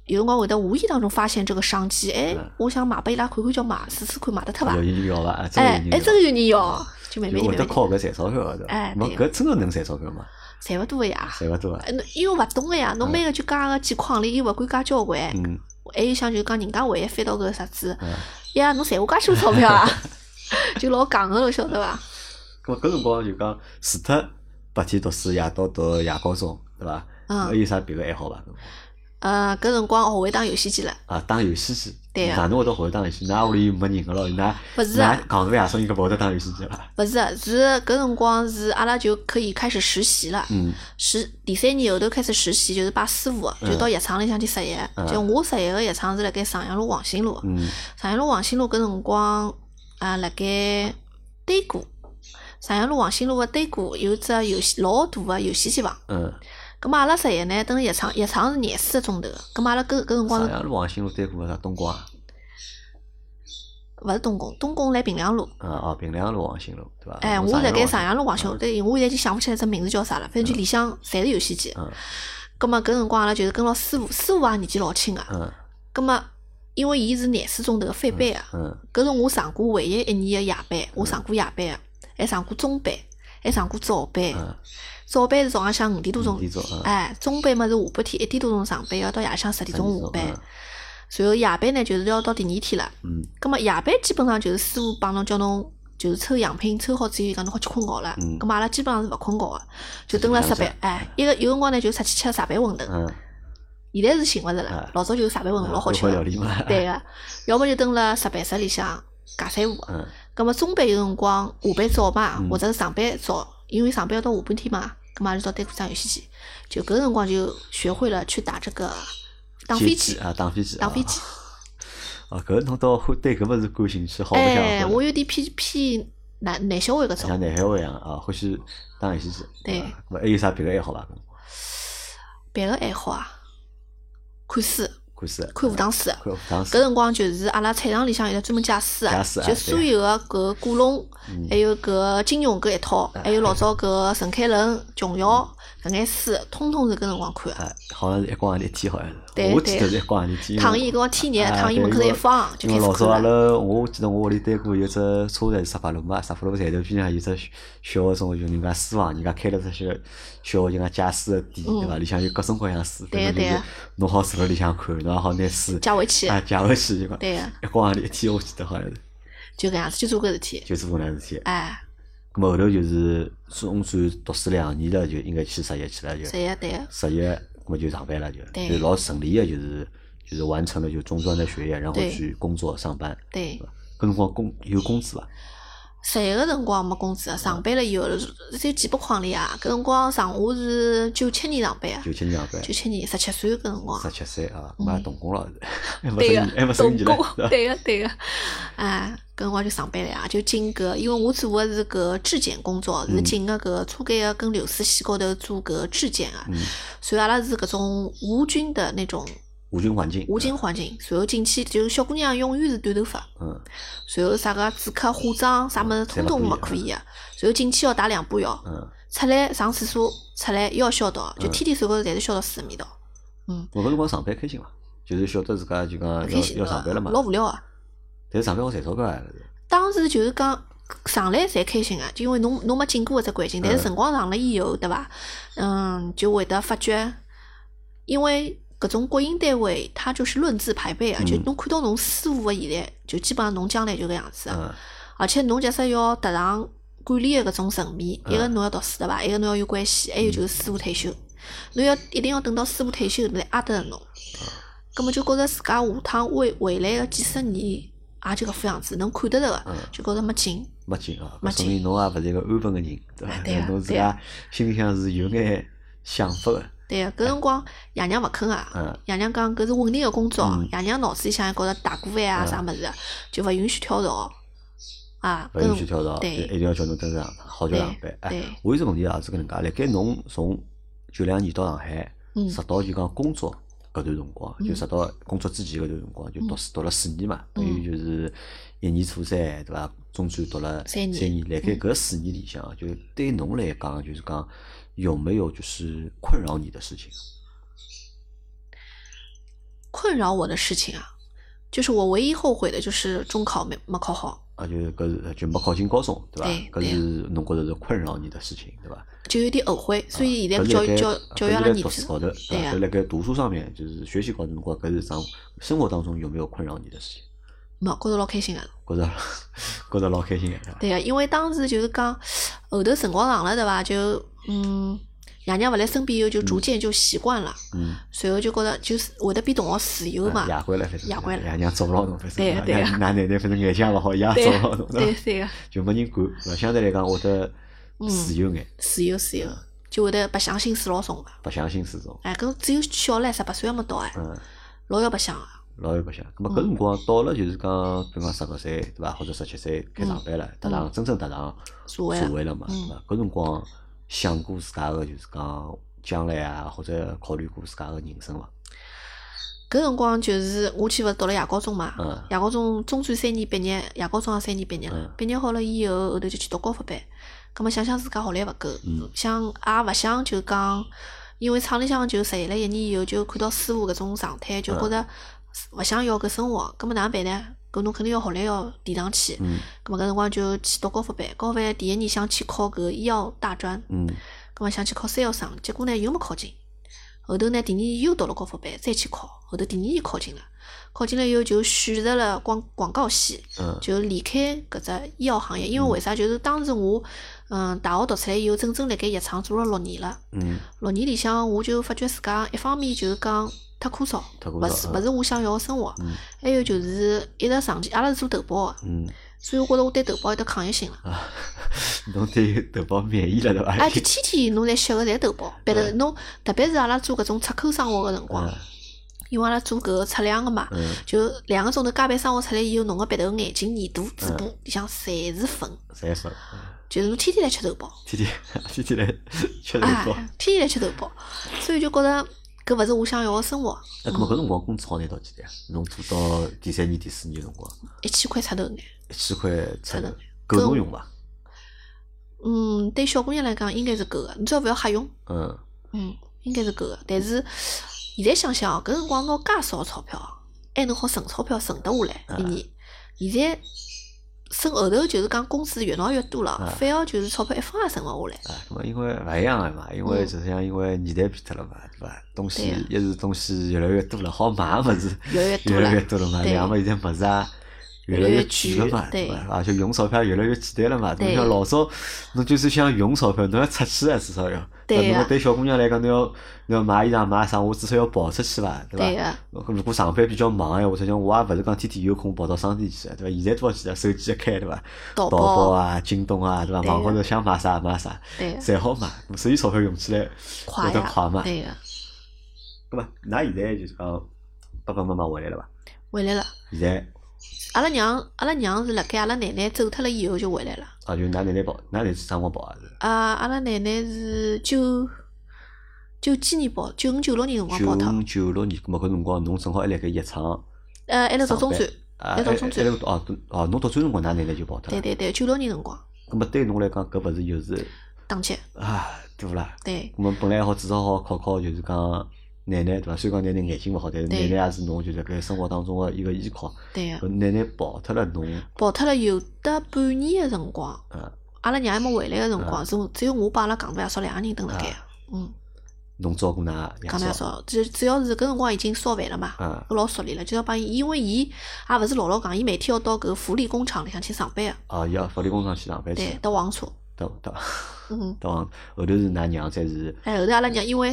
S2: 有辰光会得无意当中发现这个商机，哎
S1: 嗯，
S2: 我想买拨伊拉看看，叫买试试看买得脱伐
S1: 有？人要伐？啊真
S2: 哎
S1: 的
S2: 哎，
S1: 有
S2: 真
S1: 人
S2: 个有人要，就慢
S1: 要就会得
S2: 慢地慢慢地，
S1: 靠搿赚钞票个对伐？
S2: 哎
S1: 没
S2: 对
S1: 搿真个能赚钞票嘛？
S2: 赚勿多个呀。
S1: 赚勿多啊。
S2: 哎，侬因为勿懂个呀，侬每个就加个几块钿，又勿敢加交关，
S1: 嗯，
S2: 还有想就是讲人家万一翻到搿个杂志
S1: 嗯，
S2: 呀，侬赚我介许多钞票啊， 就老戆个了，晓得伐？
S1: 搿么搿辰光就讲，除脱白天读书，夜到读夜高中，对伐？
S2: 嗯
S1: 还有啥别个爱好伐？搿辰光
S2: 呃，搿辰光学会打游戏机了。
S1: 啊，打游戏机。
S2: 对啊
S1: 哪能会得会得打游戏？㑚屋里没人个咯？㑚
S2: 不是啊
S1: 㑚戆着夜生应该勿会得打游戏机伐？
S2: 勿是，啊是搿辰光是阿拉就可以开始实习了。
S1: 嗯
S2: 实第三年后头开始实习，就是拜师傅，啊就到药厂里向去实习
S1: 嗯。
S2: 就我实习个药厂是辣盖上阳路黄兴路，
S1: 嗯
S2: 上阳路黄兴路搿辰光啊，辣盖对过。上阳路黄兴路个对过有只游戏老大个游戏机房，
S1: 嗯。
S2: 葛末阿拉实习呢，等于药厂，药厂是廿四个钟头个，葛末阿拉搿搿辰光
S1: 上
S2: 是
S1: 阳路王兴路对过个啥东光啊？
S2: 勿是东宫，东宫辣平凉路，
S1: 啊哦，平凉路王兴路嗯对伐？
S2: 哎，
S1: 侬
S2: 我辣盖
S1: 啊上
S2: 上
S1: 阳
S2: 阳路黄兴路，对，我现在就想勿起来只名字叫啥了，反
S1: 嗯
S2: 正就里向侪是游戏机。
S1: 路。
S2: 葛末搿辰光阿拉就是跟牢师傅，师傅也年纪老轻个、啊
S1: 嗯嗯
S2: 葛末因为伊是廿四钟头翻班个，
S1: 嗯
S2: 搿是我上过唯一一年个夜班，我上过夜班个，还上过中班，还上过早班。
S1: 嗯
S2: 早班是早浪向五点多钟
S1: 五点钟嗯，
S2: 哎，中班嘛是下半天一点多钟上班，要到夜里向十点钟下班
S1: 嗯。
S2: 随后夜班呢，就是要到第二天了。
S1: 嗯
S2: 葛末夜班基本上就是师傅帮侬叫侬。就是抽样品，抽好之后，伊讲侬好去困觉了。
S1: 嗯
S2: 葛末阿拉基本上是勿困觉个，就蹲辣
S1: 就是
S2: 石
S1: 这样
S2: 板，哎，一个有辰光呢就出去吃茶杯馄饨，
S1: 嗯，
S2: 现在是寻勿着了
S1: 啊，
S2: 老早就是啥饭馄饨老好吃
S1: 会
S2: 的
S1: 料，理嘛？
S2: 对个，要么就蹲辣石板室里向夹三胡。
S1: 嗯
S2: 葛么中班有辰光下班早嘛
S1: 嗯，
S2: 或者是上班早，因为上班要到下半天嘛，葛么就到单库上游戏机，就搿辰光就学会了去打这个打飞
S1: 机
S2: 机，
S1: 啊，打飞机，
S2: 打飞机。
S1: 啊。哦，搿侬倒会对搿物事感兴趣，好白相
S2: 哎，
S1: 好白
S2: 我有点偏偏男男小孩搿
S1: 像
S2: 种，
S1: 男孩子一样啊，欢喜打游戏机。
S2: 对
S1: 啊，咾还有啥别个爱好伐？
S2: 别个爱好啊，看书、
S1: 看书，
S2: 看武，打书。啊
S1: 看武打
S2: 搿
S1: 书。
S2: 辰光就是阿拉菜场里向有得专门架书
S1: 架
S2: 啊，
S1: 书啊
S2: 就所有的搿古龙
S1: 嗯，
S2: 还有搿金庸搿一套
S1: 啊，嗯
S2: 还有老早搿陈凯伦、琼瑶搿眼书，通通是搿辰光看的。
S1: 啊，好像是一光一天，好像是。
S2: 对
S1: 我记
S2: 对
S1: 得是一光一天。因为
S2: 躺椅搿辰光天热，
S1: 啊
S2: 躺椅
S1: 对
S2: 门口头
S1: 因
S2: 一
S1: 为
S2: 放就
S1: 因
S2: 开
S1: 为老
S2: 始
S1: 早阿
S2: 看了。
S1: 拉，我记得我屋里对过有只车站是十八路嘛，十八路站头边上有只小小个种就人家书房，人家开了只小小个人家借书个店，对伐？里向有各种各样书，反
S2: 对
S1: 正
S2: 呀
S1: 就
S2: 嗯对
S1: 是
S2: 呀
S1: 弄好坐辣里向看，侬也好拿书
S2: 加回去
S1: 啊借回去就讲，
S2: 对个，
S1: 一光一天我记得好像是
S2: 就搿样子就做搿事体。
S1: 就做搿能样事体。
S2: 哎，
S1: 咾么后头就是总算读书两年了，就应该去实习去了，就
S2: 对呀对呀，
S1: 实习咾么就上班了，就
S2: 对
S1: 就老顺利个，就是就是完成了就中专的学业，然后
S2: 对
S1: 去工作上班。
S2: 对。
S1: 搿辰光工有工资伐？
S2: 实习个辰光没工资啊，上班了以后只有几百块钿啊。搿辰光上我是九七年上班啊
S1: 九，七年上班，
S2: 九七年十七岁搿辰光。
S1: 十七岁啊，我也动工了， 还没
S2: 嗯对
S1: 生
S2: 个
S1: 意，还没，生
S2: 动
S1: 意嘞
S2: 工，， 对个对个，哎，搿辰光就上班了呀，就进搿，因为我做个是搿质检工作，是
S1: 嗯
S2: 进个搿车间个跟流水线高头做搿质检个
S1: 嗯，
S2: 所以阿拉是搿种无菌的那种
S1: 无菌环境，
S2: 无菌环境，随后进去就是小姑娘永远是短头发，
S1: 嗯，
S2: 随后啥个指甲、化妆啥物事
S1: 侪
S2: 通
S1: 勿
S2: 通
S1: 可
S2: 勿
S1: 以啊
S2: 可以个，随后进去要打两把药，
S1: 嗯嗯，
S2: 出来上厕所出来要消毒，就
S1: 嗯
S2: 天天手高头侪是消毒水个味道，嗯，
S1: 我搿辰光上班开心伐？就是晓得自家就讲要
S2: 勿开心
S1: 啊要上班了
S2: 个，
S1: 嘛，
S2: 老无聊啊个。
S1: 但是上班好赚钞票啊，
S2: 当时就是讲上来侪开心个、啊就因为侬侬没进过搿只环境，但是
S1: 嗯
S2: 辰光长了以后，对伐？嗯，就会得发觉，因为搿种国营单位，它就是论资排辈啊，就
S1: 嗯
S2: 侬看到侬师傅个现在，就基本上侬将来就搿样子啊。
S1: 嗯
S2: 而且侬假使要踏上管理个搿种层面，一个侬要读书对伐？一个侬要有关系，还有就是师傅退休，侬要一定要等到师傅退休来压得侬。
S1: 嗯
S2: 葛末就觉着自家下趟未未来个几十年也就搿副样子，侬看得着
S1: 嗯
S2: 个，就觉着没劲。
S1: 没劲啊，
S2: 没
S1: 搿说明侬也勿是一个安分个人，对
S2: 啊对
S1: 伐？
S2: 啊
S1: 侬自
S2: 对啊
S1: 家心里向是有眼想法个，
S2: 对个，搿辰光爷娘勿肯
S1: 嗯
S2: 啊，爷娘讲搿是稳定个工作
S1: 嗯，
S2: 爷娘脑子里向觉着打过饭啊
S1: 嗯
S2: 啥物事就勿允许跳槽啊，
S1: 勿
S2: 搿
S1: 允
S2: 辰
S1: 许跳槽，
S2: 对
S1: 一定要叫侬蹲上好叫上班。哎
S2: 对，
S1: 我有只问题啊，是搿能介，辣盖侬从九两年到上海，
S2: 嗯
S1: 直到就讲工作搿段辰光，就
S2: 嗯
S1: 直到工作之前搿段辰光，就读书读了四年嘛，等
S2: 嗯
S1: 于就是一年初三，对伐？中专读了
S2: 三年嗯
S1: 三年，辣盖搿四年里向啊，就对侬来讲，就是讲有没有就是困扰你的事情？
S2: 困扰我的事情啊，就是我唯一后悔的就是中考没没考好，
S1: 啊，就是搿是就没考进高中，对伐？
S2: 对
S1: 搿
S2: 对
S1: 是侬觉着是困扰你的事情，对伐？
S2: 就有点后悔，所以现
S1: 搿
S2: 在
S1: 是
S2: 教
S1: 辣盖
S2: 育教教育阿
S1: 搿是辣
S2: 拉儿
S1: 读书
S2: 子
S1: 高头，，
S2: 对
S1: 啊
S2: 哎呀
S1: 搿，辣盖读书上面，就是学习高头，侬觉搿是桩生活当中有没有困扰你的事情？
S2: 没觉着老开心个。啊
S1: 觉着觉着老开心个，对伐？
S2: 对个，啊因为当时就是讲后头辰光长了对伐？就嗯，爷娘勿来身边以后，就逐渐就习惯了，
S1: 嗯，啊
S2: 随后就觉着就是会得比同学自由嘛。
S1: 夜回来反正
S2: 夜回来
S1: 爷娘找勿牢侬，反正
S2: 对
S1: 爷
S2: 呀对呀
S1: 娘奶奶反正眼睛也勿好，伊也
S2: 对
S1: 找勿牢侬，
S2: 对
S1: 伐？
S2: 对个，啊
S1: 就没人管，对伐相对来讲会得
S2: 嗯
S1: 自由眼，
S2: 自由自由，就会得白相心思老重个。
S1: 白相心思重，
S2: 哎，搿只有小唻，十八岁还没到哎，
S1: 嗯。
S2: 老要白相啊个。
S1: 老有白相。咁么搿
S2: 嗯
S1: 辰光到了就是讲，比如讲十六岁对伐，或者十七岁开上班了，踏上真正踏上
S2: 嗯社会
S1: 社
S2: 了嗯
S1: 会了嘛，对伐？搿辰光想过自家个就是讲将来啊，或者考虑过自家个人生伐？
S2: 搿辰光就是我去勿是读了夜高中嘛
S1: 嗯，
S2: 夜高中中专三年毕业，夜高中也三年毕业
S1: 嗯
S2: 了。毕业好了以后，后头就去读高复班。葛末想想自家学历勿够
S1: 嗯，
S2: 想也勿想就讲，因为厂里向就实习了一年以后，就看到师傅搿种状态，就
S1: 嗯
S2: 觉着勿想要搿生活。葛末哪能办呢？搿侬肯定要学历要提上去。
S1: 嗯
S2: 葛末搿辰光就去读高复班，高复班第一年想去考搿医药大专，
S1: 嗯
S2: 葛末想去考三幺生，结果呢又没考进。后头呢，第二年又到了高复班，再去考。后头第二年考进了，考进了以后就选择了广广告系，
S1: 嗯
S2: 就离开搿只医药行业。因为为啥？就是当时我，嗯，大学读出来以后，整整辣盖药厂做了六年了。
S1: 嗯
S2: 六年里向，我就发觉自家一方面就是讲太枯燥，
S1: 太枯
S2: 勿
S1: 燥
S2: 是
S1: 嗯
S2: 勿是我想要个生活
S1: 嗯。
S2: 还有就是一直长期，阿拉是做投保个，
S1: 嗯
S2: 所以我觉着我对投保有得抗拒性了。
S1: 啊， 侬对投保满意了对伐？
S2: 哎，就天天侬来吸个侪投保，别的侬特别是阿拉做搿种出口生活个辰光
S1: 嗯，
S2: 因为阿拉做搿个测量个嘛，
S1: 嗯，
S2: 就两个钟头加班生活出来以后，侬个鼻头、眼睛、耳朵、嘴巴里向侪是粉，
S1: 侪说
S2: 就是侬天天来吃豆包，
S1: 天天天天来吃
S2: 哎
S1: 投保。，
S2: 天天来吃豆包，所以就觉着搿勿是我想要个生活，
S1: 那搿么搿辰光工资好拿到几钿啊？侬做到第三年、第四年辰光，
S2: 一千块出头眼。
S1: 一千块出
S2: 出
S1: 头
S2: 头，
S1: 够侬用伐？
S2: 嗯，对小姑娘来讲应该是够个，你只要勿要瞎用，
S1: 嗯。
S2: 嗯，应该是够个。但是现在想想哦，搿辰光拿介少钞票，哦还能好存钞票存得下
S1: 啊
S2: 来一年。现在省后头就是讲工资越拿越多了，反而就是钞票一分也存勿下来。
S1: 啊，那么因为勿一样个嘛，因为
S2: 嗯
S1: 实际上因为年代变脱了嘛，对伐？东西
S2: 对呀
S1: 一是东西越来越多了，好买个物事
S2: 越来越多
S1: 越来
S2: 了
S1: 越多了嘛，
S2: 对
S1: 两么现在物事啊。越
S2: 越
S1: 来
S2: 来
S1: 越
S2: 越
S1: 贵了嘛，
S2: 贵对
S1: 伐？而且用钞票越来越简单了嘛。侬
S2: 对
S1: 像老早，侬就是想用钞票，侬要出去啊，至少要。
S2: 对
S1: 那如
S2: 呀
S1: 果对小姑娘来讲，侬要侬要买衣裳买啥，我至少要跑出去伐，对伐？
S2: 对啊个，
S1: 如果上班比较忙哎，我实际上我也勿是讲天天有空跑到商店去的，对伐？现在多少去啊？手机一开，对伐？
S2: 淘
S1: 淘宝
S2: 宝
S1: 啊、京东啊，对伐？
S2: 哦对呀
S1: 网高头想买啥买啥，
S2: 对啊个，
S1: 侪好买，所以钞票用起来
S2: 快
S1: 会得快
S2: 呀，哎
S1: 嘛。
S2: 对啊个，
S1: 咁么，㑚现在就是讲爸爸妈妈回来了伐？
S2: 回来了。
S1: 现在
S2: 阿拉娘，阿拉娘是辣盖阿拉奶奶走脱了以后就回来了。
S1: 啊，就㑚奶奶跑，㑚奶奶是啥辰光跑啊？是
S2: 啊，阿拉奶奶是九九几年跑，九五九六年辰光
S1: 九
S2: 跑脱
S1: 五。九六年，咁么搿辰光侬正好还辣盖药厂
S2: 呃，还辣读中
S1: 上
S2: 专。
S1: 啊，
S2: 还
S1: 还
S2: 到
S1: 还
S2: 中
S1: 辣哦都哦，侬读专辰光，㑚奶奶就跑脱
S2: 对
S1: 了。
S2: 对对，九六年辰光
S1: 咁啊么对侬来讲，搿勿是又是
S2: 打击。
S1: 啊，对勿啦？
S2: 对
S1: 咁啊么本来好至少好考考，就是讲奶奶对伐？虽然讲奶奶眼睛勿好，但是奶
S2: 对
S1: 奶也是侬就是搿生活当中个一个依靠。
S2: 对啊个
S1: 搿，奶奶跑脱了，侬
S2: 跑脱了有得半年个辰光，
S1: 啊。
S2: 阿拉娘还没回来个辰
S1: 啊
S2: 光，是我只有我帮阿拉戆大爷叔两个人蹲辣盖
S1: 啊。
S2: 嗯，
S1: 侬照顾㑚
S2: 讲
S1: 爷嫂，
S2: 得少，只只要是搿辰光已经烧饭了嘛，
S1: 啊
S2: 我老熟练了，就要帮伊，因为伊也勿是姥姥讲，伊每天要到搿福利工厂里向去上班个，
S1: 啊，要福利工厂去上班
S2: 对
S1: 去，，
S2: 搭黄车，
S1: 到到
S2: 嗯。
S1: 到后头是㑚娘才是
S2: 哎，后头阿拉娘，因为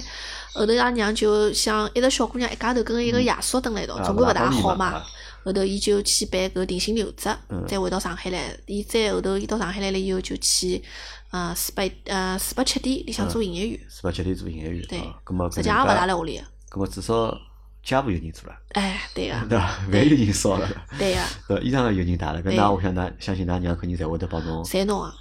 S2: 后头阿拉娘就想一个小姑娘一家头跟一个爷叔蹲辣一道，
S1: 啊
S2: 哦总归勿
S1: 勿大
S2: 大
S1: 帮你
S2: 好
S1: 嘛
S2: 嘛
S1: 啊。
S2: 后头伊就去办搿定薪留职
S1: 嗯，
S2: 再回到上海来。伊再后头伊到上海来了以后，就去呃四百呃四百七店里向做营业员，
S1: 四八七天做营业员，
S2: 对
S1: 啊，葛末搿
S2: 实际也勿大
S1: 能介，
S2: 辣屋里。
S1: 葛末至少家务有人做了，
S2: 哎，对个，
S1: 对伐？饭有人烧了，
S2: 对个，啊
S1: 对吧，衣裳有人汏了，搿
S2: 对
S1: 㑚我想㑚相信㑚娘肯定侪会得帮侬
S2: 侪弄个，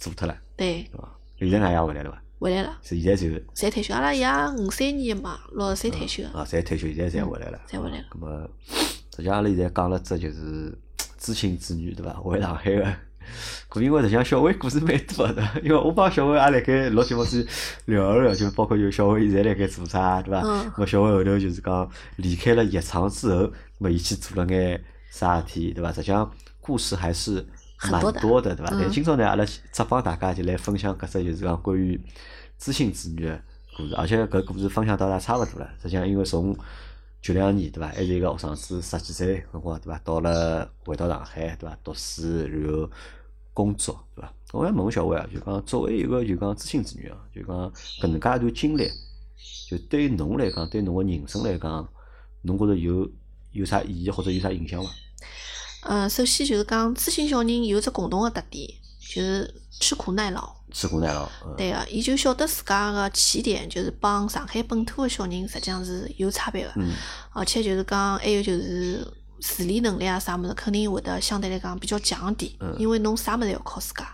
S1: 做脱了，
S2: 对，
S1: 对伐？现在㑚爷回来了伐？
S2: 回来了，
S1: 是现在就
S2: 侪退休。阿拉爷五三年的嘛，六十岁退休个，
S1: 啊，侪退休，现在侪回来了，
S2: 侪回来了
S1: 咁么，实际上阿拉现在讲了只就是知青子女对伐？回上海个，故因为实际上小薇故事蛮多的，因为我帮小薇也辣盖录节目之前聊了聊，就包括就小薇现在辣盖做啥对伐？
S2: 嗯
S1: 咁么小薇后头就是讲离开了药厂之后，咁么伊去做了眼啥事体对伐？实际上故事还是。
S2: 很
S1: 蛮
S2: 多的
S1: 多的，对伐？但
S2: 嗯
S1: 今朝呢，阿拉只帮大家就来分享搿只就是讲关于知青子女的故事，而且搿故事方向到也差勿多了。实际上，因为从九两年对伐，还是一个学生子十几岁辰光对伐，到了回到上海对伐，读书然后工作对伐。我想问问小薇啊，就讲作为一个就讲知青子女啊，就讲搿能介一段经历，就对侬来讲，对侬个人生来讲，侬觉着有有啥意义或者有啥影响伐？
S2: 呃，首先就是讲咨询小人有只共同个特点，就是吃苦耐劳。
S1: 吃苦耐劳，嗯，
S2: 对个、啊伊就晓得自家个起点就是帮上海本土个小人实际上是有差别个，
S1: 嗯
S2: 而且就是讲还有就是自理能力啊啥物事，肯定会得相对来讲比较强一点，
S1: 嗯
S2: 因为侬啥物事要靠自家。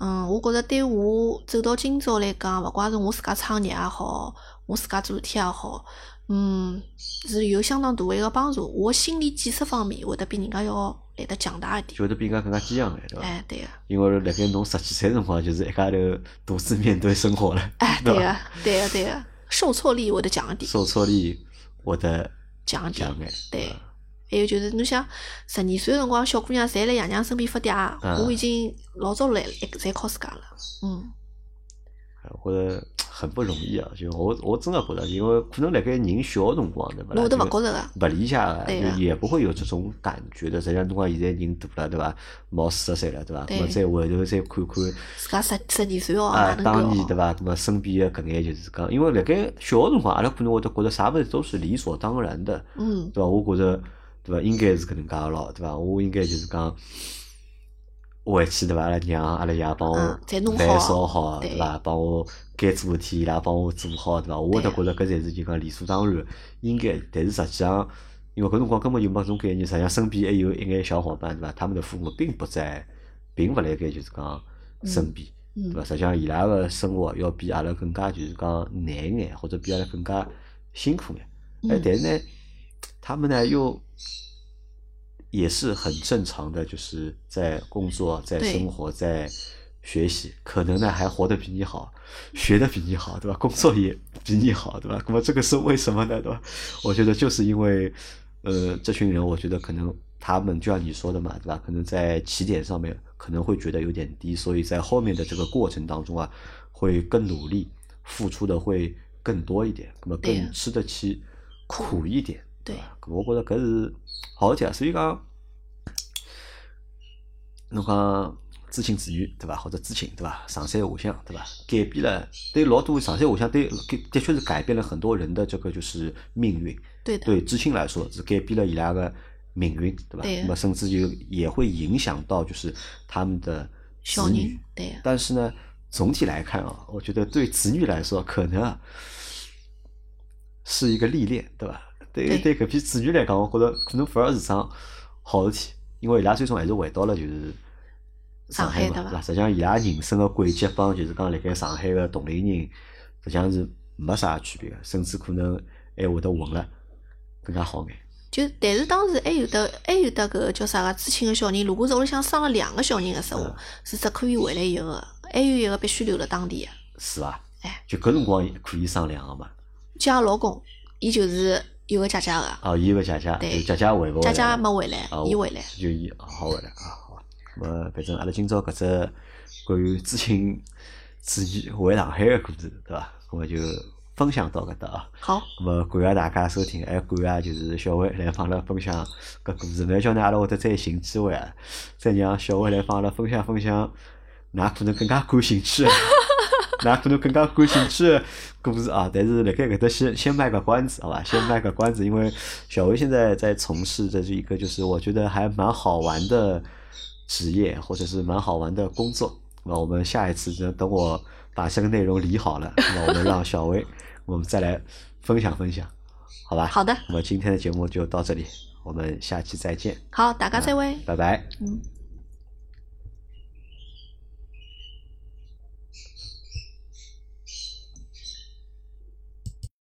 S2: 嗯，我觉着对我走到今朝来讲，勿怪是我自家创业也好，我自家做事体也好，嗯，是有相当大个一个帮助。我心理建设方面会得比人家要来得强大一点。
S1: 就会得比人家更加坚强眼，对伐？
S2: 哎，对个、
S1: 因为辣盖侬十几岁辰光，就是一家头独自面对生活了，
S2: 哎，对
S1: 吧
S2: 个、对个、对个、啊受挫力会得强一点，
S1: 受挫力会得
S2: 强一点
S1: 强。眼。
S2: 对
S1: 啊，
S2: 还有就是，侬想十二岁的辰光，小姑娘侪辣爷娘身边发
S1: 啊
S2: 嗲，我已经老早来了，侪靠自家了。嗯，
S1: 呃我觉着很不容易啊！就我我真的觉着，因为可能辣盖人小的辰光，对伐？
S2: 侬会得
S1: 就
S2: 勿觉着个？
S1: 不理解的，
S2: 对啊
S1: 就
S2: 的
S1: 也不会有这种感觉的。实际上，侬讲现在人大了，对伐？毛四十岁了，对伐？
S2: 对
S1: 咾么再回头再看看。
S2: 自家十十二岁哦，
S1: 啊
S2: 哪，能
S1: 当年
S2: 够
S1: 对？伐？那么身边的搿眼就是讲，因为辣盖小的辰光，阿拉可能会得觉着啥物事都是理所当然的，
S2: 嗯，
S1: 对伐？我觉着对伐，应该是搿能介个咯，对伐？我应该就是讲回去对伐？阿拉娘、阿拉爷帮我
S2: 嗯再弄
S1: 哦饭
S2: 好
S1: 烧好，
S2: 对
S1: 对伐？帮我该做的事体伊拉帮我做好，对伐？我会得觉着搿才是就讲理所当然应该，但是实际上。因为搿辰光根本就没搿种概念，实际上身边还有一眼小伙伴，对伐？他们的父母并不在，并勿辣盖就是讲身边，
S2: 嗯
S1: 对伐？实际上伊拉个生活要比阿拉更加就是讲难眼，或者比阿拉更加辛苦眼。哎
S2: 嗯，
S1: 但是呢，他们呢又也是很正常的，就是在工作、在
S2: 对
S1: 生活、在学习，可能呢还活得比你好，学得比你好，对吧？工作也比你好，对吧？那么这个是为什么呢？对吧？我觉得就是因为，呃，这群人，我觉得可能他们就像你说的嘛，对吧？可能在起点上面可能会觉得有点低，所以在后面的这个过程当中啊，会更努力，付出的会更多一点，那么
S2: 对
S1: 更
S2: 呀
S1: 吃得起苦一点，
S2: 对
S1: 吧？搿我觉着搿是好讲，所以讲，侬讲知青子女对伐？或者知青对伐？上山下乡对伐？改变了对老多上山下乡对给的确是改变了很多人的这个就是命运。
S2: 对的，
S1: 对知青来说是改变了伊拉个命运，对伐？
S2: 对
S1: 那么甚至就也会影响到就是他们的
S2: 小
S1: 子女
S2: 人。对个，
S1: 但是呢，总体来看啊，我觉得对子女来说，可能啊是一个历练，对吧？对
S2: 对
S1: 对，搿批子女来讲，我觉着可能反而是桩好事体，因为伊拉最终还是回到了就是
S2: 上
S1: 海
S2: 海
S1: 嘛，
S2: 对
S1: 对
S2: 吧
S1: 吧？实际上，伊拉人生的轨迹帮就是讲辣盖上海的同龄人，实际上是没啥区别的，甚至可能还会得混了更加好眼。
S2: 就但是当时还有的还有的搿个叫啥个知青个小人，如果是屋里向生了两个小人个闲话
S1: 嗯，
S2: 是只可以回来一个的，还有一个必须留辣当地个。
S1: 是伐？
S2: 哎
S1: 就搿辰光也可以商量个嘛。
S2: 就像老公，伊就是有个姐姐个，
S1: 哦，伊个姐姐，
S2: 对
S1: 姐姐回勿回来
S2: 姐
S1: 了？
S2: 姐没回来
S1: 哦啊，，
S2: 伊
S1: 我
S2: 回来。
S1: 就伊啊好回来啊好。咁么，反正阿拉今朝搿只关于知青子女回上海个故事，对伐？咁么就分享到搿搭啊。
S2: 好，
S1: 咁么感谢大家收听，还感谢就是小伟来帮阿拉分享搿故事。蛮叫㑚阿拉会得再寻机会啊，再让小伟来帮阿拉分享分享，㑚可能更加感兴 趣的，㑚可能更加感兴趣的故事啊。但是辣盖搿搭先先卖个关子，好吧？先卖个关子，因为小伟现在在从事的是一个就是我觉得还蛮好玩的职业，或者是蛮好玩的工作。那我们下一次就等我把这个内容理好了，那我们让小薇， 我们再来分享分享，好吧？
S2: 好的，
S1: 我们今天的节目就到这里，我们下期再见，
S2: 好，大家再会，
S1: 拜拜。
S2: 嗯。